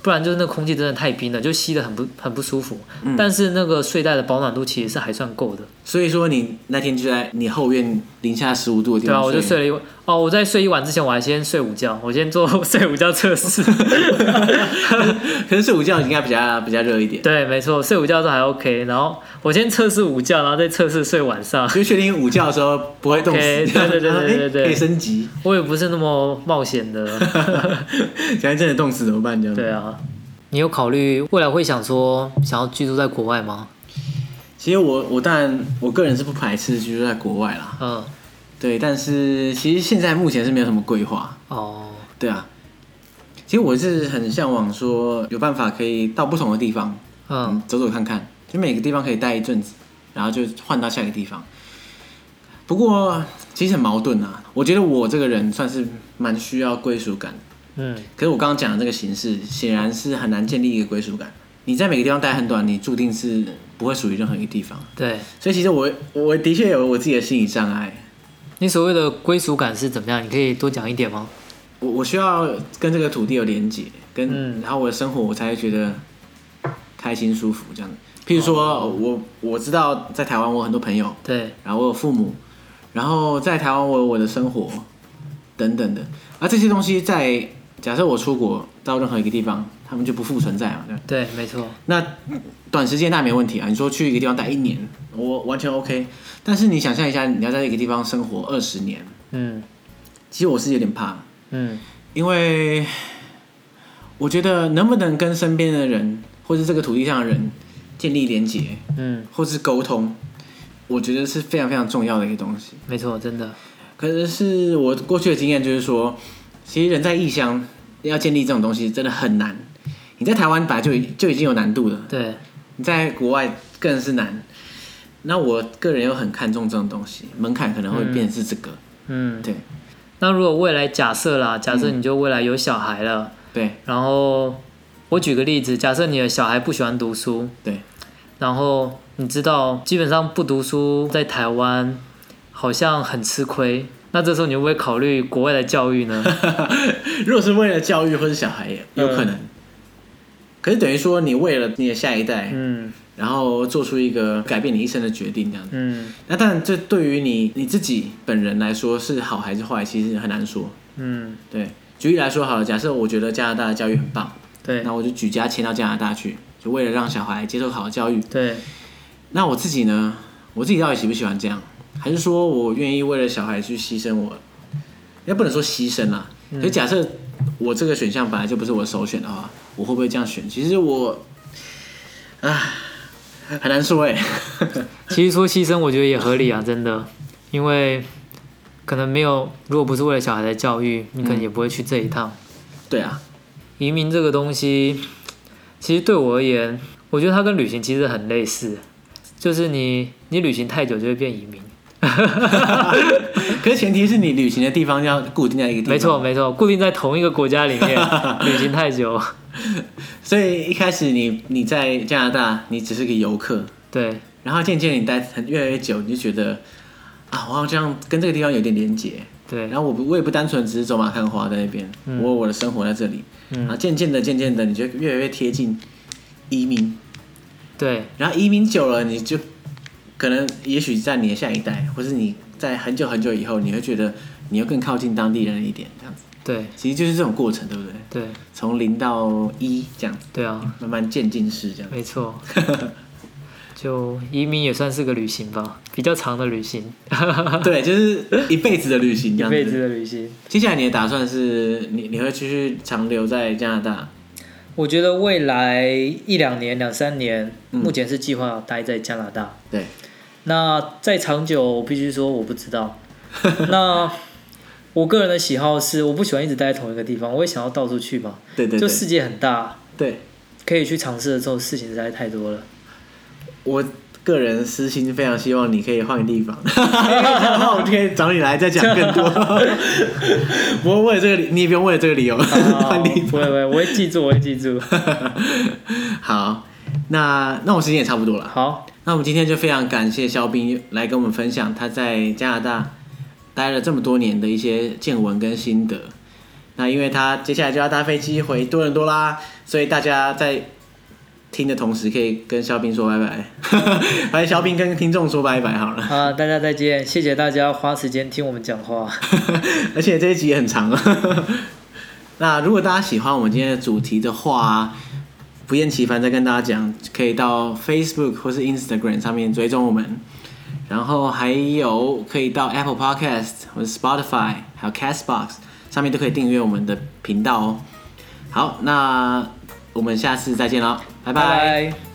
B: 不然就是那空气真的太冰了，就吸的很不很不舒服。
A: 嗯
B: 但是那个睡袋的保暖度其实是还算够的。
A: 所以说你那天就在你后院零下十五度的地
B: 对啊，
A: 方
B: 我就
A: 睡
B: 睡了一晚。哦，我在睡一晚之前，我还先睡午觉，我先做 睡午觉测试。
A: 可是睡午觉应该比较比较热一点，
B: 对，没错，睡午觉都还 OK。然后我先测试午觉，然后再测试睡晚上。
A: 啊就确定午觉的时候不会冻死。
B: OK，对对对对对对对
A: 然后哎可以升级。
B: 我也不是那么冒险的。
A: 假如真的冻死怎么办？这样子
B: 对啊，你有考虑未来会想说想要居住在国外吗？
A: 其实我我当然我个人是不排斥居住在国外啦，
B: 嗯，
A: 对，但是其实现在目前是没有什么规划，
B: 哦，
A: 对啊。其实我是很向往说有办法可以到不同的地方，
B: 嗯
A: 嗯，走走看看，就每个地方可以待一阵子，然后就换到下一个地方。不过其实很矛盾啊，我觉得我这个人算是蛮需要归属感的
B: 嗯，
A: 可是我刚刚讲的这个形式，显然是很难建立一个归属感。你在每个地方待很短，你注定是不会属于任何一个地方。
B: 对，
A: 所以其实我我的确有我自己的心理障碍，
B: 你所谓的归属感是怎么样？你可以多讲一点吗？
A: 我我需要跟这个土地有连结，跟、
B: 嗯
A: 然后我的生活我才会觉得开心舒服这样。譬如说，
B: 哦
A: 我我知道在台湾我有很多朋友，
B: 对，
A: 然后我有父母，然后在台湾我有我的生活等等的，而这些东西在假设我出国到任何一个地方，他们就不复存在嘛，对吧
B: 对，没错，
A: 那短时间那没问题啊，你说去一个地方待一年，我完全 OK。但是你想象一下，你要在一个地方生活二十年，
B: 嗯
A: 其实我是有点怕，
B: 嗯，
A: 因为我觉得能不能跟身边的人，或是这个土地上的人建立连结，
B: 嗯，
A: 或是沟通，我觉得是非常非常重要的一个东西。
B: 没错，真的，
A: 可是我过去的经验就是说，其实人在异乡要建立这种东西真的很难。你在台湾本来就已就已经有难度了，
B: 对，
A: 你在国外更是难。那我个人又很看重这种东西，门槛可能会变成是这个，
B: 嗯，
A: 对
B: 那如果未来假设啦，假设你就未来有小孩了。
A: 对
B: 然后我举个例子，假设你的小孩不喜欢读书，
A: 对，
B: 然后你知道基本上不读书在台湾好像很吃亏，那这时候你会不会考虑国外的教育呢？
A: 如果是为了教育或者小孩，也有可能。可是等于说，你为了你的下一代，
B: 嗯
A: 然后做出一个改变你一生的决定，这样子。
B: 嗯
A: 那当然，这对于你你自己本人来说是好还是坏，其实很难说。
B: 嗯，
A: 对，举例来说好了，假设我觉得加拿大的教育很棒，
B: 对
A: 那我就举家迁到加拿大去，就为了让小孩接受好的教育。
B: 对，
A: 那我自己呢？我自己到底喜不喜欢这样，还是说我愿意为了小孩去牺牲我？也不能说牺牲啦，就假设我这个选项本来就不是我首选的话，我会不会这样选？其实我，唉，很难说哎、
B: 其实说牺牲，我觉得也合理啊，真的，因为可能没有，如果不是为了小孩的教育，你可能也不会去这一趟。
A: 对啊，
B: 移民这个东西，其实对我而言，我觉得它跟旅行其实很类似，就是你你旅行太久就会变移民。
A: 可是前提是你旅行的地方要固定在一个地方，
B: 没错，没错，固定在同一个国家里 面旅行太久，
A: 所以一开始你你在加拿大，你只是个游客，
B: 对
A: 然后渐渐你待很越来越久，你就觉得啊，我好像跟这个地方有点连结。
B: 对
A: 然后我不我也不单纯只是走马看花在那边，我有我的生活在这里。
B: 嗯
A: 然后渐渐的渐渐的，你就越来越贴近移民。
B: 对，
A: 然后移民久了，你就可能也许在你的下一代，或是你在很久很久以后，你会觉得你又更靠近当地人一点，这样子。
B: 对
A: 其实就是这种过程，对不对？
B: 对
A: 从零到一这样子，
B: 对啊，
A: 慢慢渐进式这样。
B: 没 错，就移民也算是个旅行吧，比较长的旅行，
A: 对，就是一辈子的旅行这
B: 一
A: 样
B: 辈子
A: 子。
B: 的旅行。
A: 接下来你的打算是你你会继续长留在加拿大？
B: 我觉得未来一两年、两三年，
A: 嗯
B: 目前是计划待在加拿大。
A: 对，
B: 那再长久，我必须说我不知道。那我个人的喜好是，我不喜欢一直待在同一个地方，我也想要到处去吧。
A: 对对对，
B: 就世界很大，
A: 对。
B: 可以去尝试的这种事情实在太多了。
A: 我个人私心非常希望你可以换个 地方，然后我可以找你来再讲更多。不过为了这个理，你也不用为了这个理由 换地
B: 不会不
A: 方。
B: 会，我会记住，我会记住。
A: 好，那那我时间也差不多了。
B: 好，
A: 那我们今天就非常感谢肖斌来跟我们分享他在加拿大待了这么多年的一些见闻跟心得。那因为他接下来就要搭飞机回多伦多啦，所以大家在听的同时可以跟肖斌说拜拜， 还是肖斌跟听众说拜拜好了。
B: 啊、大家再见，谢谢大家花时间听我们讲话。
A: 而且这一集也很长啊。 那如果大家喜欢我们今天的主题的话，不厌其烦再跟大家讲，可以到 Facebook 或是 Instagram 上面追踪我们，然后还有可以到 Apple Podcast 或者 Spotify 还有 Castbox 上面都可以订阅我们的频道哦。好，那我们下次再见喽，拜拜
B: 拜